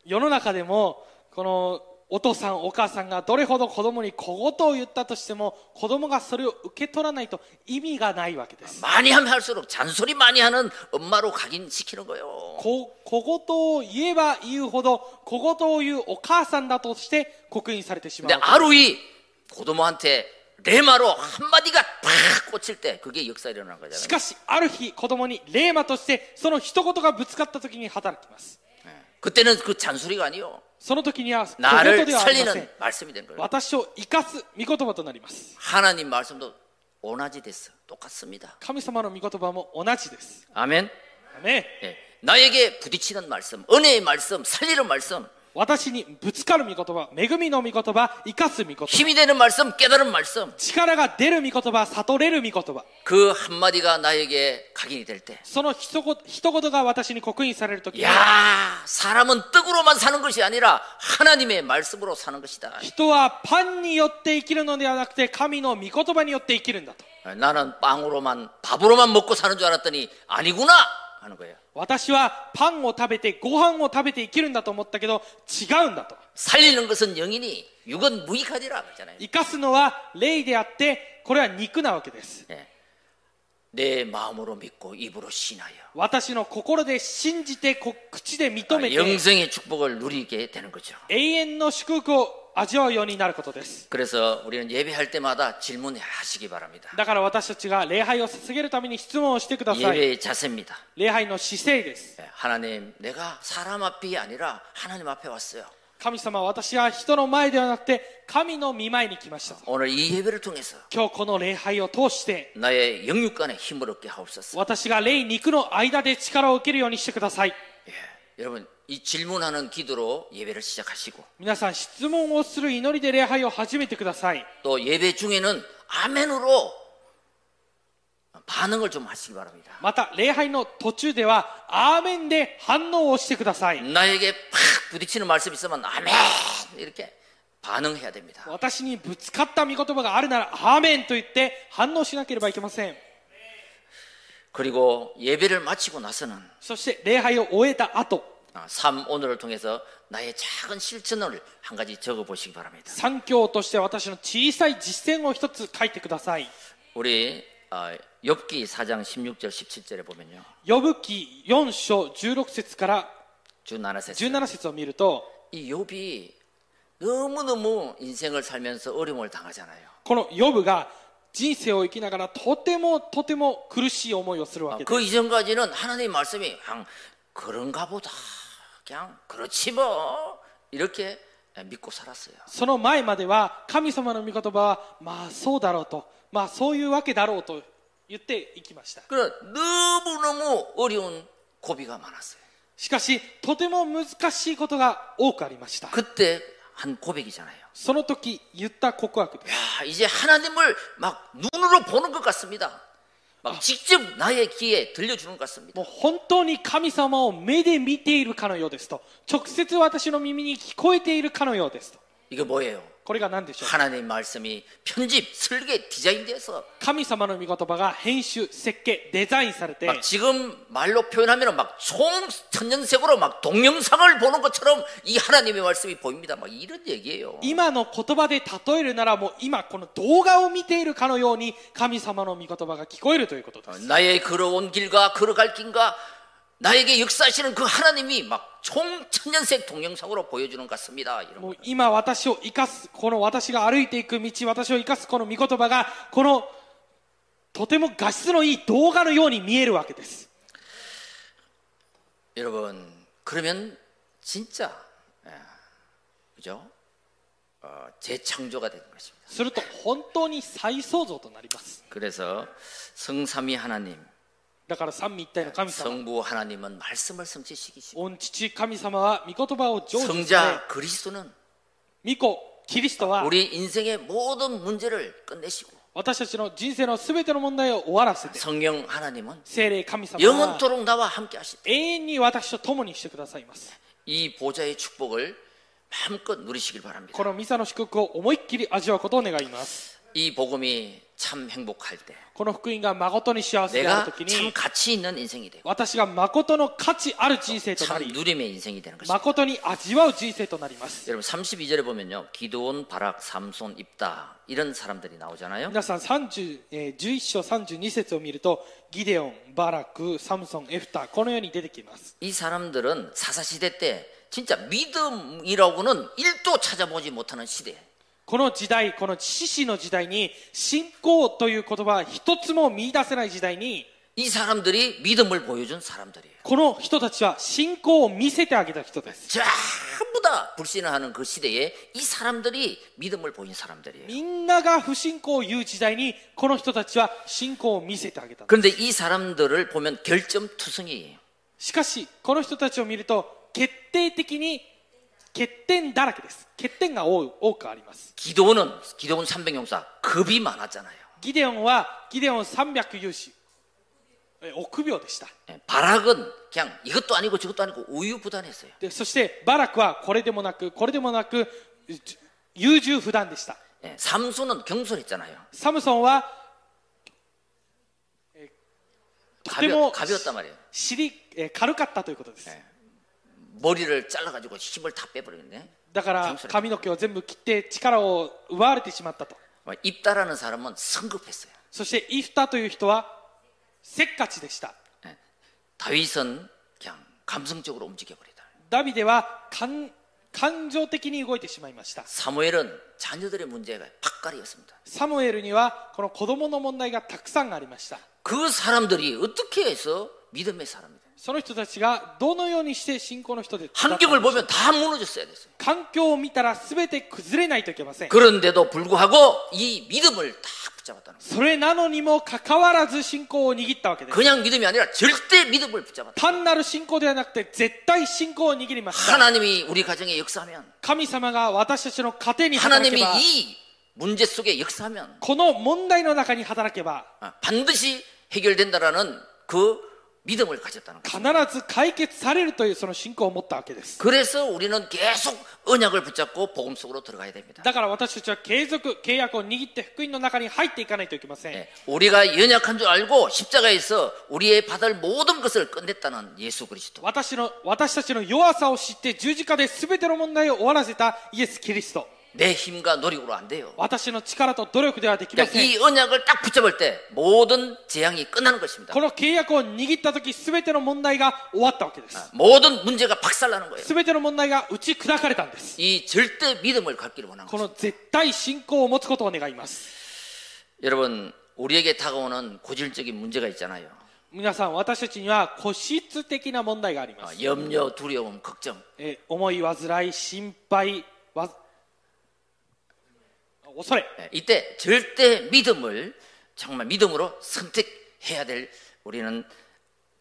Speaker 2: 世の中でもこのお父さんお母さんがどれほど子供に小言を言ったとしても子供がそれを受け取らないと意味がないわけです
Speaker 1: 많이 하면 할수록 잔소리 많이 하는 엄마로 각인시키는 거예요.
Speaker 2: こ小言を言えば言うほど小言を言うお母さんだとして刻印されてしま
Speaker 1: 근데
Speaker 2: う
Speaker 1: 아루이 고도모한테 레마로 한마디가 팍 꽂힐 때 그게 역사 일어난
Speaker 2: し
Speaker 1: 거잖아요.
Speaker 2: かしある日子供に霊魔としてその一言がぶつかった時に働きます
Speaker 1: 그때는 그 잔소리가 아니요.
Speaker 2: その時には小言
Speaker 1: 나를
Speaker 2: ではありません
Speaker 1: 살리는 말씀이 된 거예요.
Speaker 2: 私を生かす御言葉となります
Speaker 1: 하나님 말씀도 오나지 됐어. 똑같습니다.
Speaker 2: 神様の御言葉も同じです
Speaker 1: 아멘.
Speaker 2: ね
Speaker 1: 예. 나에게 부딪히는 말씀, 은혜의 말씀, 살리는 말씀.
Speaker 2: 私にぶつかる御言葉恵みの御言葉生かす御言葉
Speaker 1: 힘이 되는 말씀, 깨달은 말씀,
Speaker 2: 力が出る御言葉悟れる御言葉
Speaker 1: 그 한마디가 나에게 각인이 될 때,
Speaker 2: その一言一言が私に刻印される時
Speaker 1: 야 사람은 떡으로만 사는 것이 아니라 하나님의 말씀으로 사는 것이다.
Speaker 2: 人はパンによって生きるのではなくて神の御言葉によって生きるんだと
Speaker 1: 나는 빵으로만, 밥으로만 먹고 사는 줄 알았더니 아니구나! 하는 거예요.
Speaker 2: 私はパンを食べてご飯を食べて生きるんだと思ったけど違うんだと
Speaker 1: 살리는 것은 영이니 육은 무익하리라 그러잖아요.
Speaker 2: 生かすのは霊であってこれは肉なわけです
Speaker 1: 예. 내 마음으로 믿고 입으로 신하여
Speaker 2: 私の心で信じてこ口で認めて
Speaker 1: 영생의 축복을 누리게 되는 거죠.
Speaker 2: 永遠の祝福を味わうようになることです
Speaker 1: 그래서 우리는 예배할 때마다 질문하시기 바랍니다.
Speaker 2: だから私たちが礼拝を捧げるために質問をしてください
Speaker 1: 예배의 자세입니다.
Speaker 2: 礼拝の姿勢です
Speaker 1: 예, 하나님, 내가 사람 앞이 아니라 하나님 앞에 왔어요.
Speaker 2: 神様私は人の前ではなくて神の御前に来ました
Speaker 1: 오늘 이 예배를 통해서
Speaker 2: 今日この礼拝を通して
Speaker 1: 나의 영육간에 힘을 얻게 하옵소서.
Speaker 2: 私が霊肉の間で力を受けるようにしてください
Speaker 1: 예. 여러분, 이 질문하는 기도로 예배를 시작하시고
Speaker 2: 皆さん質問をする祈りで礼拝を始めてください
Speaker 1: 또 예배 중에는 아멘으로 반응을 좀 하시기 바랍니다.
Speaker 2: また礼拝の途中ではアーメンで反応をしてください
Speaker 1: 나에게 팍 부딪히는 말씀이 있으면 아멘 이렇게 반응해야 됩니다.
Speaker 2: 私にぶつかった御言葉があるならアーメンと言って反応しなければいけません
Speaker 1: 그리고 예배를 마치고 나서는
Speaker 2: そして礼拝を終えた後
Speaker 1: 아, 삶 오늘을 통해서 나의 작은 실천을 한 가지 적어 보시기 바랍니다.
Speaker 2: 三教として私の小さい実践を一つ書いてください
Speaker 1: 우리 아, 엽기 4장 16절 17절에 보면요.
Speaker 2: 呼ぶ記4章16節から
Speaker 1: 주 나라세
Speaker 2: 17節を見ると
Speaker 1: 이 엽이 너무너무 인생을 살면서 어려움을 당하잖아요.
Speaker 2: この呼ぶが人生を生きながらとてもとても苦しい思いをするわけです
Speaker 1: 그 이전까지는 하나님의 말씀이 그냥 그런가 보다. 그냥 그렇지 뭐. 이렇게 믿고 살았어요.
Speaker 2: その前までは神様の御言葉はまあそうだろうとまあそういうわけだろうと言っていきました
Speaker 1: 그래 너무너무 어려운 고비가 많았어요.
Speaker 2: しかしとても難しいことが多くありました
Speaker 1: 그때 한 고백이잖아요.
Speaker 2: その時言った告白で
Speaker 1: 야,
Speaker 2: す
Speaker 1: 이제 하나님을 막 눈으로 보는 것 같습니다. 막 직접 나의 귀에 들려주는 것 같습니다.
Speaker 2: もう本当に神様を目で見ているかのようですと直接私の耳に聞こえているかのようですと
Speaker 1: 이게 뭐예요?
Speaker 2: これが何でしょう
Speaker 1: 하나님의 말씀이 편집, 설계, 디자인돼서
Speaker 2: 神様の御言葉が編集設計デザインされて
Speaker 1: 막 지금 말로 표현하면 막 총 천년색으로 막 동영상을 보는 것처럼 이 하나님의 말씀이 보입니다. 막 이런 얘기예요.
Speaker 2: 今の言葉で例えるならもう今この動画を見ているかのように神様の御言葉が聞こえるということです
Speaker 1: 어, 나의 걸어온 길과 걸어갈 길과 나에게 역사하시는 그 하나님이 막 총 천년색 동영상으로 보여주는 것 같습니다. 이런
Speaker 2: も
Speaker 1: 거.
Speaker 2: う今私を生かすこの私が歩いていく道私を生かすこの御言葉がこのとても画質のいい動画のように見えるわけです
Speaker 1: 여러분 그러면 진짜 예, 그죠? 어, 재창조가 되는 것입니다.
Speaker 2: すると本当に再創造となります
Speaker 1: 그래서 성삼위 하나님,
Speaker 2: だから三位一体の神様
Speaker 1: 성부 하나님은 말씀을 성취시키시고
Speaker 2: 御父神様は御言葉を成就さ
Speaker 1: 성자 그리스도는
Speaker 2: れ御子キリストは
Speaker 1: 우리 인생의 모든 문제를 끝내시고
Speaker 2: 私たちの人生のすべての問題を終わらせて
Speaker 1: 성령 하나님은
Speaker 2: 聖霊神様は
Speaker 1: 영원토록 나와 함께 하시다.
Speaker 2: 永遠に私と共にしてくださいます
Speaker 1: 이 보좌의 축복을 마음껏 누리시길 바랍니다.
Speaker 2: このミサの祝福を思いっきり味わうことを願います
Speaker 1: 이 복음이 참 행복할 때
Speaker 2: この福音が誠に幸せであ
Speaker 1: 내가
Speaker 2: る時
Speaker 1: 참
Speaker 2: に
Speaker 1: 가치 있는 인생이 되고
Speaker 2: 私が誠の価値ある人生とな
Speaker 1: 참
Speaker 2: り
Speaker 1: 누림의 인생이 되는 것입니다.
Speaker 2: 誠に味わう人生となります
Speaker 1: 여러분 32절에 보면요. 기도원, 바락, 삼손, 입다 이런 사람들이 나오잖아요.
Speaker 2: 皆さん30、えー11章32節を見るとギデオンバラクサムソンエフタこのように出てきます
Speaker 1: 이 사람들은 사사시대 때 진짜 믿음이라고는 일도 찾아보지 못하는 시대에
Speaker 2: この時代この獅子の時代に信仰という言葉は一つも見出せない時代に
Speaker 1: 이 사람들이 믿음을 보여준 사람들이에요.
Speaker 2: この人たちは信仰を見せてあげた人です
Speaker 1: 전부 다 불신하는 그 시대에 이 사람들이 믿음을 보인 사람들이에요.
Speaker 2: みんなが不信仰を言う時代にこの人たちは信仰を見せてあげた
Speaker 1: 그런데 이 사람들을 보면 결점투성이에요.
Speaker 2: しかしこの人たちを見ると決定的に欠点だらけです欠点が多多くあります
Speaker 1: 기도는 기도는 300용사 급이 많았잖아요.
Speaker 2: ギデオンはギデオン300勇士え臆病でした
Speaker 1: 예, 바락은 그냥 이것도 아니고 저것도 아니고 우유부단했어요.
Speaker 2: でそしてバラクはこれでもなくこれでもなくう優柔不断でした
Speaker 1: 예, 삼손은 경솔했잖아요.
Speaker 2: サムソンはとて
Speaker 1: 가벼,
Speaker 2: も
Speaker 1: 가벼웠단 말이에요.
Speaker 2: 尻えー軽かったということです、
Speaker 1: 머리를 잘라가지고 힘을 다 빼버렸네.
Speaker 2: だから
Speaker 1: そう
Speaker 2: 髪の毛を全部切って力を奪われてしまったと
Speaker 1: 입다라는 사람은 성급했어요.
Speaker 2: そしてイフタという人はせっかちでした
Speaker 1: 예, 다윗은 그냥 감성적으로 움직여버리다.
Speaker 2: ダビデは感感情的に動いてしまいました
Speaker 1: 사무엘은 자녀들의 문제가 팍가리였습니다.
Speaker 2: サムエルにはこの子供の問題がたくさんありました
Speaker 1: 그 사람들이 어떻게 해서 믿음의 사람이 돼요?
Speaker 2: その人たちがどのようにして信仰の人で
Speaker 1: 환경을 보면 다 무너졌어야 됐어요.
Speaker 2: 環境を見たら全て崩れないといけません
Speaker 1: 그런데도 불구하고 이 믿음을 딱 붙잡았다는 거예요.
Speaker 2: それなのにもかかわらず信仰を握ったわけです
Speaker 1: 그냥 믿음이 아니라 절대 믿음을 붙잡았다.
Speaker 2: 単なる信仰ではなくて絶対信仰を握りました
Speaker 1: 하나님이 우리 가정에 역사하면
Speaker 2: 神様が私たちの糧に働
Speaker 1: 하나님이
Speaker 2: けば
Speaker 1: 이 문제 속에 역사하면
Speaker 2: この問題の中に働けば
Speaker 1: 아, 반드시 해결된다라는 그 믿음을 가졌다는 거예요.
Speaker 2: 必ず解決されるというその信仰を持ったわけです
Speaker 1: 그래서 우리는 계속 언약을 붙잡고 복음 속으로 들어가야 됩니다.
Speaker 2: だから私たちは継続契約を握って福音の中に入っていかないといけません、
Speaker 1: 예, 우리가 연약한 줄 알고 십자가에서 우리의 받을 모든 것을 끝냈다는 예수 그리스도.
Speaker 2: 私の私たちの弱さを知って十字架で全ての問題を終わらせたイエス・キリスト
Speaker 1: 내 힘과 노력으로 안 돼요.
Speaker 2: 私の力と努力ではできま
Speaker 1: 그러니까
Speaker 2: せん
Speaker 1: 이 언약을 딱 붙잡을 때 모든 재앙이 끝나는 것입니다.
Speaker 2: この契約を握った時全ての問題が終わったわけです
Speaker 1: 모든 문제가 박살나는 거예요.
Speaker 2: 全ての問題が打ち砕かれたんです
Speaker 1: 이 절대 믿음을 갖기를 원하는
Speaker 2: こ
Speaker 1: 거예요.
Speaker 2: の絶対信仰を持つことを願います
Speaker 1: 여러분, 우리에게 다가오는 고질적인 문제가 있잖아요.
Speaker 2: 皆さん私たちには個室的な問題がありま
Speaker 1: 아,
Speaker 2: す
Speaker 1: 염려, 두려움, 걱정.
Speaker 2: えー思い煩い心配わ恐れ
Speaker 1: 예, 이때 절대 믿음을 정말 믿음으로 선택해야 될 우리는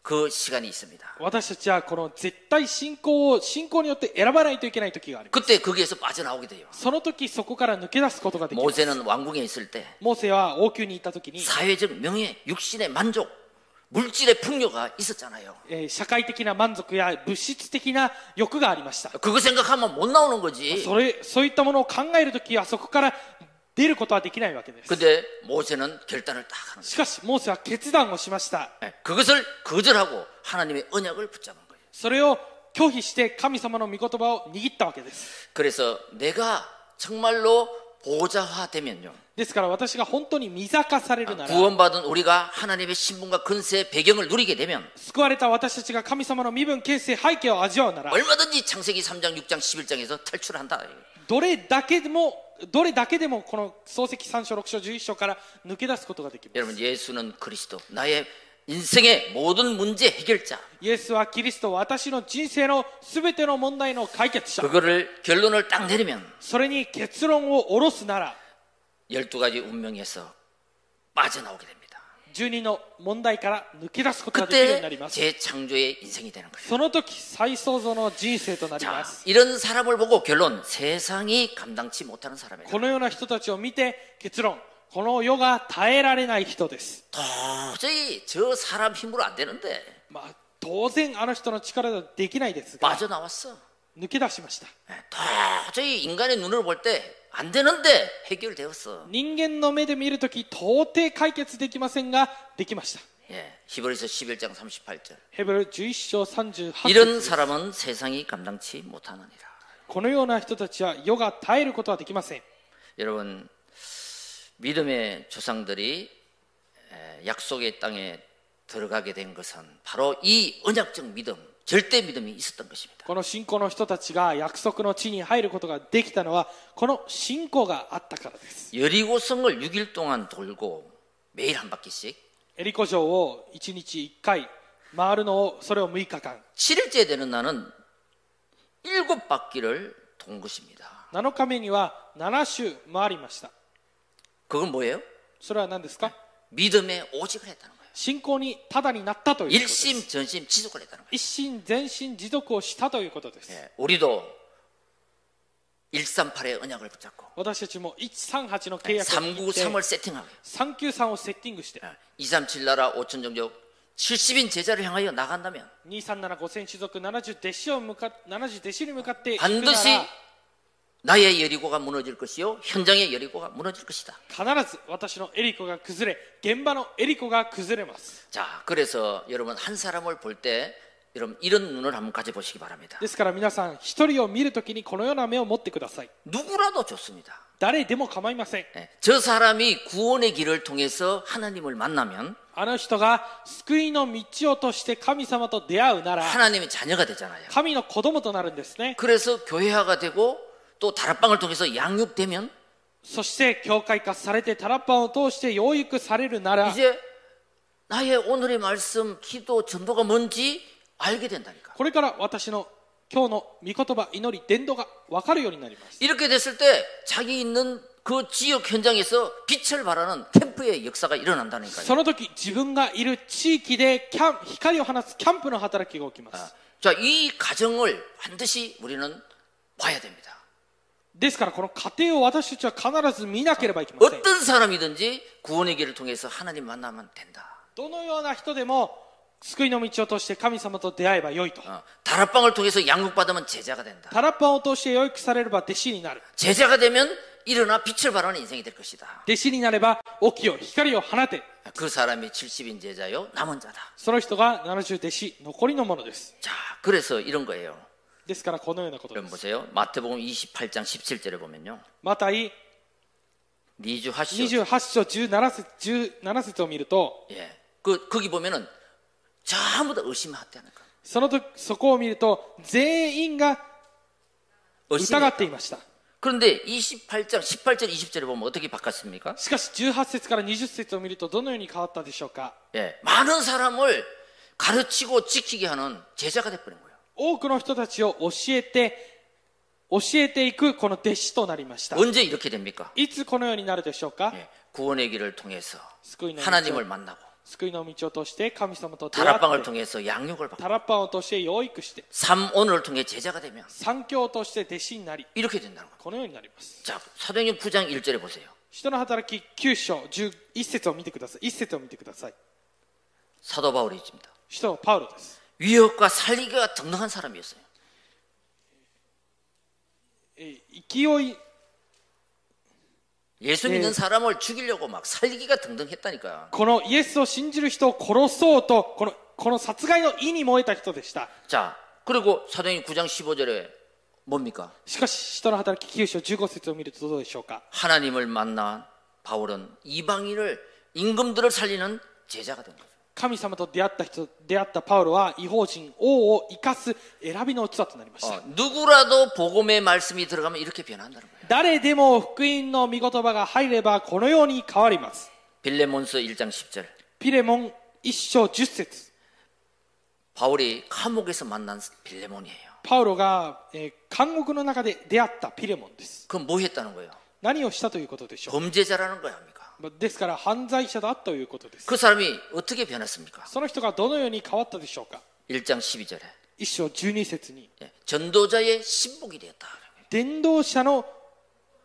Speaker 1: 그 시간이 있습니다.
Speaker 2: 私たちはこの絶対信仰を信仰によって選ばないといけない時がありま
Speaker 1: 그때 거기에서 빠져나오게 돼요.
Speaker 2: すその時そこから抜け出すことができます
Speaker 1: 모세는 왕궁에 있을 때
Speaker 2: モーセは王宮にいた時に、
Speaker 1: 사회적 명예, 육신의 만족, 물질의 풍요가 있었잖아요.
Speaker 2: えー社会的な満足や物質的な欲がありました
Speaker 1: 그거 생각하면 못 나오는 거지.
Speaker 2: それそういったものを考える時はそこから出ることはできないわけです
Speaker 1: 근데 모세는 결단을 딱 하는
Speaker 2: しかしモーセは決断をしました
Speaker 1: 거예요. 예, 그것을 거절하고 하나님의 언약을 붙잡은 거예요.
Speaker 2: それを拒否して神様の御言葉を握ったわけです
Speaker 1: 그래서 내가 정말로 보좌화되면요.
Speaker 2: ですから私が本当に見逆されるなら
Speaker 1: 구원받은 우리가 하나님의 신분과 근세의 배경을 누리게 되면
Speaker 2: 救われた私たちが神様の身分、形成、背景を味わうなら、
Speaker 1: 얼마든지 창세기 3장, 6장, 11장에서 탈출한다.
Speaker 2: どれだけでも、どれだけでも、この漱石3章、6章、11章から抜け出すことができます。
Speaker 1: 여러분 예수는 그리스도 나의 인생의 모든 문제 해결자.
Speaker 2: イエスはキリスト、私の人生のすべての問題の解決者。
Speaker 1: 그거를 결론을 딱 내리면
Speaker 2: それに結論を下ろすなら、
Speaker 1: 12가지 운명에서 빠져나오게 됩니다.
Speaker 2: 十人の問題から抜け出すことができるようになりま
Speaker 1: 그때
Speaker 2: す。
Speaker 1: 재창조의 인생이 되는 거예요.
Speaker 2: その時、再創造の人生となり
Speaker 1: 자,
Speaker 2: ます。
Speaker 1: 이런 사람을 보고 결론 세상이 감당치 못하는 사람이에요.
Speaker 2: このような人たちを見て、結論、この世が耐えられない人です。
Speaker 1: 도저히 저 사람 힘으로 안 되는데
Speaker 2: まあ、当然あの人の力ではできないですが、
Speaker 1: 빠져나왔어.
Speaker 2: 抜け出しました。
Speaker 1: 예, 도저히 인간의 눈으로 볼 때 안 되는데 해결되었어.
Speaker 2: 人間の目で見るとき到底解決できませんができました
Speaker 1: 예, 히브리서 11장 38절.
Speaker 2: ヘブル11章38
Speaker 1: 이런
Speaker 2: 節
Speaker 1: 사람은 세상이 감당치 못하느니라.
Speaker 2: このような人たちは世が耐えることはできません
Speaker 1: 여러분 믿음의 조상들이 에, 약속의 땅에 들어가게 된 것은 바로 이 언약적 믿음, 절대 믿음이 있었던 것입니다.
Speaker 2: この信仰の人たちが約束の地に入ることができたのはこの信仰があったからです
Speaker 1: 여리고성을 6일 동안 돌고 매일 한 바퀴씩
Speaker 2: エリコ城を1日1回回るのをそれを6日間
Speaker 1: 7일째 되는 날은 7바퀴를 돈 것입니다.
Speaker 2: 7日目には7周回りました
Speaker 1: 그건 뭐예요?
Speaker 2: それは何ですか
Speaker 1: 믿음에 오직을 했다는 거예요.
Speaker 2: 信仰にただになったということです
Speaker 1: 일심 전심 지속을 했다는 거예요.
Speaker 2: 一心全身持続をしたということです
Speaker 1: 예, 우리도 138의 언약을 붙잡고
Speaker 2: 私たちも138の契約を握って
Speaker 1: 393을 세팅하고 예,
Speaker 2: 393をセッティングして
Speaker 1: 237 나라 5천 종족 70인 제자를 향하여 나간다면
Speaker 2: 2375000種族70弟子を向か70弟子に向かって行くな
Speaker 1: 반드시
Speaker 2: ら
Speaker 1: 나의 여리고가 무너질 것이요 현장의 여리고가 무너질 것이다.
Speaker 2: 必ず私のエリコが崩れ現場のエリコが崩れます
Speaker 1: 자 그래서 여러분 한 사람을 볼 때 여러분 이런 눈을 한번 가져보시기 바랍니다.
Speaker 2: ですから皆さん一人を見るときにこのような目を持ってください
Speaker 1: 누구라도 좋습니다.
Speaker 2: 誰でも構いません
Speaker 1: 예, 저 사람이 구원의 길을 통해서 하나님을 만나면
Speaker 2: あの人が救いの道をとして神様と出会うなら
Speaker 1: 하나님의 자녀가 되잖아요.
Speaker 2: 神の子供となるんですね
Speaker 1: 그래서 교회화가 되고 또 다락방을 통해서 양육되면
Speaker 2: そして教会化されてタラッパンを通して養育されるなら
Speaker 1: 이제 나의 오늘의 말씀, 기도, 전도가 뭔지 알게 된다니까.
Speaker 2: これから私の今日の御言葉祈り伝道が分かるようになります
Speaker 1: 이렇게 됐을 때 자기 있는 그 지역 현장에서 빛을 발하는 캠프의 역사가 일어난다니까요.
Speaker 2: その時自分がいる地域でキャン光を放つキャンプの働きが起きます
Speaker 1: 자, 이 가정을 반드시 우리는 봐야 됩니다.
Speaker 2: ですからこの過程を私たちは必ず見なければいけません
Speaker 1: 어떤 사람이든지 구원의 길을 통해서 하나님 만나면 된다.
Speaker 2: どのような人でも救いの道を通して神様と出会えばよいと
Speaker 1: 어, 다락방을 통해서 양육받으면 제자가 된다.
Speaker 2: タラッパンを通して養育されれば弟子になる
Speaker 1: 제자가 되면 일어나 빛을 발하는 인생이 될 것이다.
Speaker 2: 弟子になれば起きよ光を放て
Speaker 1: 그 사람이 70인 제자요, 남은 자다.
Speaker 2: その人が70弟子残りのものです
Speaker 1: 자, 그래서 이런 거예요.
Speaker 2: ですからこのようなことで
Speaker 1: 여러분
Speaker 2: す
Speaker 1: 보세요. 마태복음 28장 17절에 보면요.
Speaker 2: マタイ
Speaker 1: 니주 하시오.
Speaker 2: 28章17節 ,17 節を見ると
Speaker 1: 예. 그 거기 보면은 전부 다 의심하다는 거.
Speaker 2: その時そこを見ると全員が
Speaker 1: 의심.
Speaker 2: 疑っていました
Speaker 1: 그런데 28장 18절 20절에 보면 어떻게 바꿨습니까?
Speaker 2: しかし18節から20節を見るとどのように変わったでしょうか
Speaker 1: 예. 많은 사람을 가르치고 지키게 하는 제자가 돼 버린 거예요.
Speaker 2: 多くの人たちを教えて教えていくこの弟子となりました
Speaker 1: 언제 이렇게 됩니까?
Speaker 2: いつこのようになるでしょうか
Speaker 1: 예. 구원의 길을 통해서
Speaker 2: 救
Speaker 1: 네,
Speaker 2: いの道を
Speaker 1: 하나님을 만나고
Speaker 2: 救いの道を通して神様と出会
Speaker 1: 다락방을
Speaker 2: って
Speaker 1: 통해서 양육을 받고
Speaker 2: タラッパンを通して養育して
Speaker 1: 삼온을 통해 제자가 되면
Speaker 2: 三教を通して弟子になり
Speaker 1: 이렇게 된다는 거예요.
Speaker 2: このようになります
Speaker 1: 자 사도행전 9장 1절에 보세요.
Speaker 2: 人の働き9章11節を見てください1節を見てください
Speaker 1: 사도 바울이 있습니다.
Speaker 2: 人はパウロです
Speaker 1: 위협과 살리기가 등등한 사람이었어요.
Speaker 2: えー勢い
Speaker 1: 예수 믿는 사람을 죽이려고 막 살리기가 등등했다니까요.
Speaker 2: このイエスを信じる人を殺そうとこのこの殺害の意に燃えた人でした
Speaker 1: 자, 그리고 사도행 9장 15절에 뭡니까?
Speaker 2: しかし人の働き9章15節を見るとどうでしょうか
Speaker 1: 하나님을 만난 바울은 이방인을 임금들을 살리는 제자가 된 거죠.
Speaker 2: 神様と出会った人出会ったパウロは異邦人王を生かす選びの器となりました
Speaker 1: 어, 누구라도 복음의 말씀이 들어가면 이렇게 변한다는 거예요.
Speaker 2: 誰でも福音の御言葉が入ればこのように変わります
Speaker 1: 빌레몬서 1장 10절.
Speaker 2: ピレモン一章10節
Speaker 1: 바울이 감옥에서 만난 빌레몬이에요.
Speaker 2: パウロが、えー監獄の中で出会ったピレモンです
Speaker 1: 그럼 뭐 했다는 거예요?
Speaker 2: 何をしたということでしょ
Speaker 1: 범죄자라는 거야, 합니까?
Speaker 2: うですから犯罪者だということです
Speaker 1: 그 사람이 어떻게 변했습니까?
Speaker 2: その人がどのように変わったでしょうか
Speaker 1: 1장 12절에 예,
Speaker 2: 一章12節に
Speaker 1: 전도자의 신복이 되었다.
Speaker 2: 伝道者の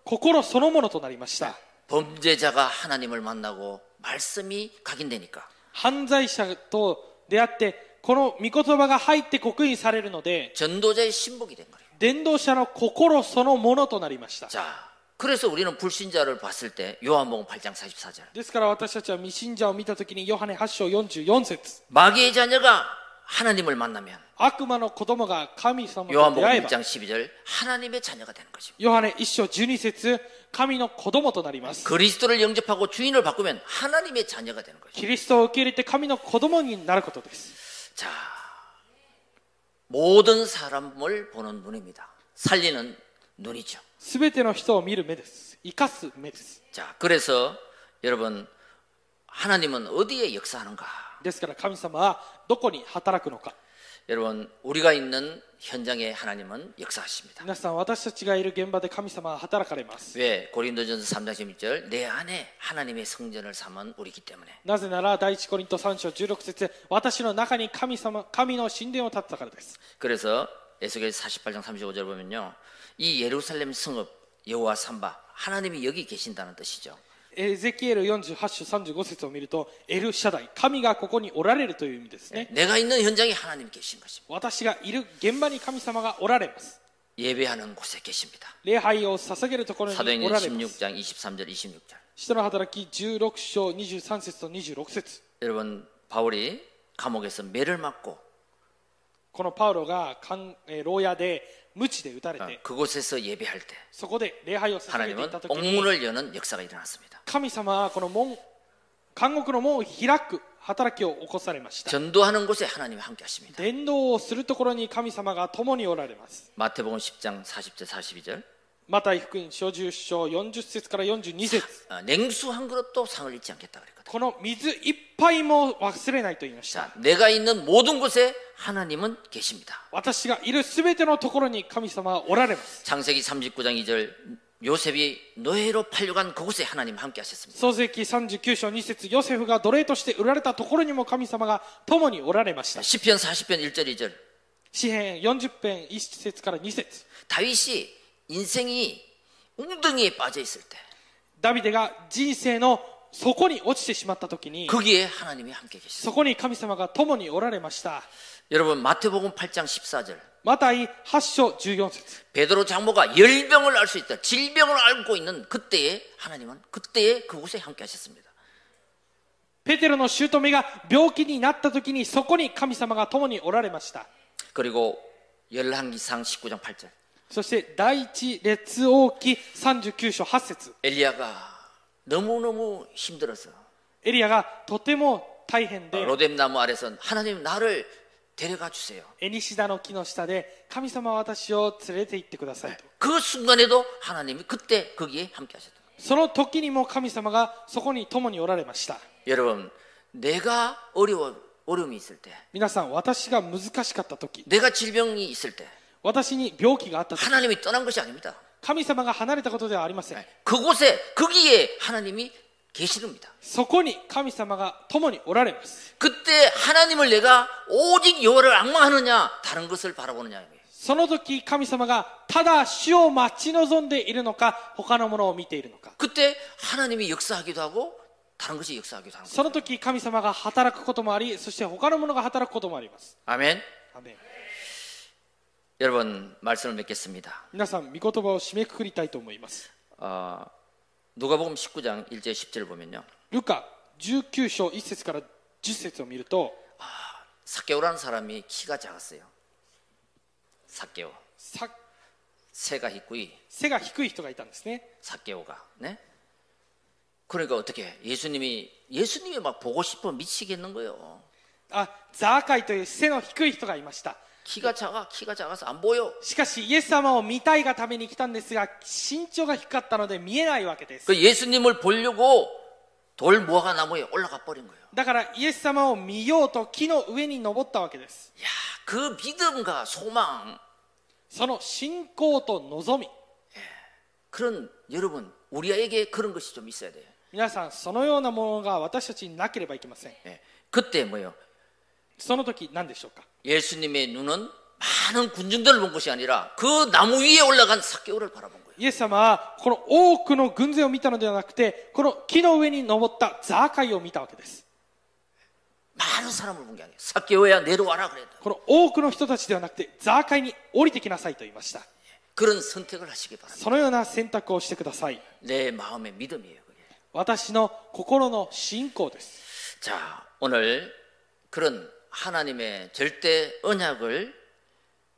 Speaker 2: 心そのものとなりました
Speaker 1: 범죄자가 하나님을 만나고 말씀이 각인되니까
Speaker 2: 犯罪者と出会ってこの御言葉が入って刻印されるので
Speaker 1: 전도자의 신복이 된 거예요.
Speaker 2: 伝道者の心そのものとなりました
Speaker 1: 자, 그래서 우리는 불신자를 봤을 때 요한복음 8장 44절
Speaker 2: ですから私たちは未信者を見た時にヨハネ8章44節
Speaker 1: 마귀의 자녀가 하나님을 만나면
Speaker 2: 悪魔の子供が神様と出
Speaker 1: 요한복음
Speaker 2: 会えば
Speaker 1: 1장 12절 하나님의 자녀가 되는 거죠.
Speaker 2: ヨハネ1章12節神の子供となります
Speaker 1: 그리스도를 영접하고 주인을 바꾸면 하나님의 자녀가 되는 거죠.
Speaker 2: キリストを受け入れて神の子供になることです
Speaker 1: 자, 모든 사람을 보는 눈입니다. 살리는 눈이죠.
Speaker 2: 全ての人を見る目です生かす目です
Speaker 1: 자, 그래서 여러분 하나님은 어디에 역사하는가?
Speaker 2: ですから神様はどこに働くのか
Speaker 1: 여러분 우리가 있는 현장에 하나님은 역사하십니다.
Speaker 2: 皆さん私たちがいる現場で神様は働かれます
Speaker 1: 왜 고린도전서 3장 16절 내 안에 하나님의 성전을 삼은 우리이기 때문에
Speaker 2: なぜなら第一コリント3章16節私の中に神様神の神殿を建てたからです
Speaker 1: 그래서 에스겔 48장 35절 보면요. 이 예루살렘 성읍 여호와 삼바 하나님이 여기 계신다는 뜻이죠.
Speaker 2: エゼキエル48章35節を見るとエルシャダイ神がここにおられるという意味ですね
Speaker 1: 내가 있는 현장에 하나님 계신 것입니다.
Speaker 2: 私がいる現場に神様がおられます
Speaker 1: 예배하는 곳에 계십니다.
Speaker 2: 礼拝を捧げるところにお
Speaker 1: 사도행전
Speaker 2: られます
Speaker 1: 16장 23절 26절.
Speaker 2: 使徒の働き16章23節と26節
Speaker 1: 여러분 바울이 감옥에서 매를 맞고
Speaker 2: このパウロが監えー牢屋で鞭で打たれ
Speaker 1: 어,
Speaker 2: て
Speaker 1: 그곳에서 예배할 때
Speaker 2: そこで礼拝を捧げてい
Speaker 1: 하나님은
Speaker 2: た時に
Speaker 1: 옥문을 여는 역사가 일어났습니다.
Speaker 2: 神様はこの門監獄の門を開く働きを起こされました
Speaker 1: 전도하는 곳에 하나님이 함께 하십니다.
Speaker 2: 伝道をするところに神様が共におられます
Speaker 1: 마태복음 10장 40절 42절.
Speaker 2: マタイ福音書10章40節から42節
Speaker 1: 어, 냉수 한 그릇도 상을 잊지 않겠다 그랬거든요.
Speaker 2: この水一杯も忘れないと言いました
Speaker 1: 자, 내가 있는 모든 곳에 하나님은 계십니다.
Speaker 2: 私がいるすべてのところに神様はおられます
Speaker 1: 창세기 39장 2절 요셉이 노예로 팔려간 그곳에 하나님 함께 하셨습니다.
Speaker 2: 創世記39章2節ヨセフが奴隷として売られたところにも神様が共におられました
Speaker 1: 시편 40편 1절 2절
Speaker 2: 詩編40編1節から2節
Speaker 1: 다윗이 인생이 웅덩이에 빠져 있을 때
Speaker 2: ダビデが人生の底に落ちてしまった時に
Speaker 1: 거기에 하나님이 함께 계십니다.
Speaker 2: そこに神様が共におられました
Speaker 1: 여러분 마태복음 8장 14절
Speaker 2: マタイ8章14節
Speaker 1: 베드로 장모가 열병을 알 수 있다. 질병을 앓고 있는 그때에 하나님은 그때에 그곳에 함께 하셨습니다.
Speaker 2: ペテロの姑が病気になった時にそこに神様が共におられました
Speaker 1: 그리고 열왕기상 19장 8절
Speaker 2: そして第一列王記39章8節
Speaker 1: 엘리야가 너무너무 힘들어서
Speaker 2: エリアがとても大変で
Speaker 1: 로뎀나무 아래서 하나님 나를 데려가 주세요.
Speaker 2: エニシダの木の下で神様は私を連れて行ってくださいと
Speaker 1: 그 순간에도 하나님이 그때 거기에 함께 하셨다.
Speaker 2: その時にも神様がそこに共におられました
Speaker 1: 여러분 내가 어려워 어려움이 있을 때
Speaker 2: 皆さん私が難しかった時
Speaker 1: 내가 질병이 있을 때
Speaker 2: 私に病気があった時
Speaker 1: 하나님이 떠난 것이 아닙니다.
Speaker 2: 神様が離れたことではありません
Speaker 1: 그곳에 거기에 하나님이 계시릅니다.
Speaker 2: そこに神様が共におられます
Speaker 1: 그때 하나님을 내가 오직 여호와를 악망하느냐 다른 것을 바라보느냐 이거예요.
Speaker 2: その時神様がただ主を待ち望んでいるのか他のものを見ているのか
Speaker 1: 그때 하나님이 역사하기도 하고 다른 것이 역사하기도 하는 거예요.
Speaker 2: その時神様が働くこともありそして他のものが働くこともあります
Speaker 1: 아멘.
Speaker 2: アメン
Speaker 1: 여러분 말씀을 맺겠습니다.
Speaker 2: 皆さん御言葉を締めくくりたいと思います
Speaker 1: 어, 누가복음 19장 1절 10절을 보면요.
Speaker 2: ルカ19章1節から10節を見ると
Speaker 1: 사개오라는 사람이 키가 작았어요. 사개오.
Speaker 2: さ
Speaker 1: 새가 있고이
Speaker 2: 背が低い人がいたんですね
Speaker 1: 사개오가 네. 그러니까 어떻게 예수님이 예수님이 막 보고 싶어 미치겠는 거예요.
Speaker 2: あザーカイという背の低い人がいました
Speaker 1: 키가 작아 키가 작아서 안 보여.
Speaker 2: しかしイエス様を見たいがために来たんですが身長が低かったので見えないわけです
Speaker 1: 그 예수님을 보려고 돌 무화과 나무에 올라가 버린 거예요.
Speaker 2: だからイエス様を見ようと木の上に登ったわけです
Speaker 1: 야, 그 믿음과 소망
Speaker 2: その信仰と望み
Speaker 1: 그런 여러분 우리에게 그런 것이 좀 있어야 돼요.
Speaker 2: 皆さんそのようなものが私たちになければいけません
Speaker 1: 예. 그때 뭐예요?
Speaker 2: その時何でしょうか
Speaker 1: 예수님의 눈은 많은 군중들을 본 것이 아니라 그 나무 위에 올라간 사개오를 바라본 거예요.
Speaker 2: イエス様はこの多くの軍勢を見たのではなくてこの木の上に登ったザーカイを見たわけです
Speaker 1: 많은 사람을 본 게 아니에요. 사개오야 내려와라 그랬다.
Speaker 2: この多くの人たちではなくてザーカイに降りてきなさいと言いました
Speaker 1: 그런 선택을 하시기 바랍니다.
Speaker 2: そのような選択をしてください
Speaker 1: 내 마음의 믿음이에요. 그게.
Speaker 2: 私の心の信仰です
Speaker 1: 자, 오늘 그런 하나님의 절대 언약을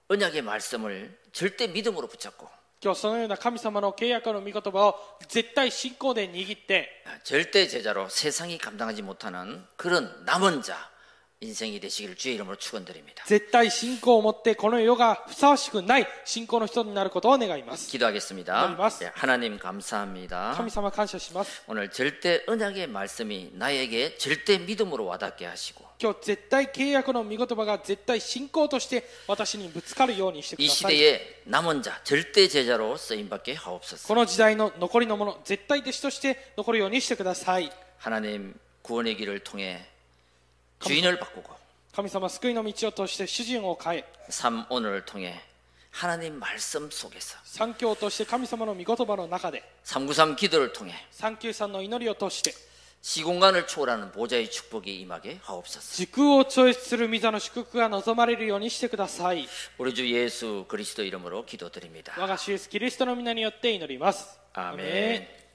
Speaker 1: 언약의 말씀을 절대 믿음으로 붙잡고
Speaker 2: 今日そのような神様の契約の御言葉を絶対信仰で握って
Speaker 1: 절대 제자로 세상이 감당하지 못하는 그런 남은 자 인생이 되시기를 주의 이름으로 축원드립니다.
Speaker 2: 絶対信仰を持ってこの世がふさわしくない信仰の人になることを願います
Speaker 1: 기도하겠습니다.
Speaker 2: 감사합니다.
Speaker 1: 예, 하나님 감사합니다.
Speaker 2: 神様感謝します
Speaker 1: 오늘 절대 언약의 말씀이 나에게 절대 믿음으로 와닿게 하시고
Speaker 2: 今日絶対契約の御言葉が絶対信仰として私にぶつかるようにしてく
Speaker 1: 이
Speaker 2: ださい
Speaker 1: 시대의 남은 자 절대 제자로 쓰임받게 하옵소서.
Speaker 2: この時代の残りのもの絶対弟子として残るようにしてください
Speaker 1: 하나님 구원의 길을 통해 주인을 바꾸고
Speaker 2: 神様救いの道を通して主人を変え
Speaker 1: 삼 오늘을 통해 하나님 말씀 속에서
Speaker 2: 三教として神様の御言葉の中で
Speaker 1: 393 기도를 통해
Speaker 2: 三九三の祈りを通して
Speaker 1: 시공간을 초월하는 보좌의 축복이 임하게 하옵소서.
Speaker 2: 時空を超越する御座の祝福が望まれるようにしてください
Speaker 1: 우리 주 예수 그리스도 이름으로 기도드립니다.
Speaker 2: 我が主イエスキリストの皆によって祈ります
Speaker 1: 아멘.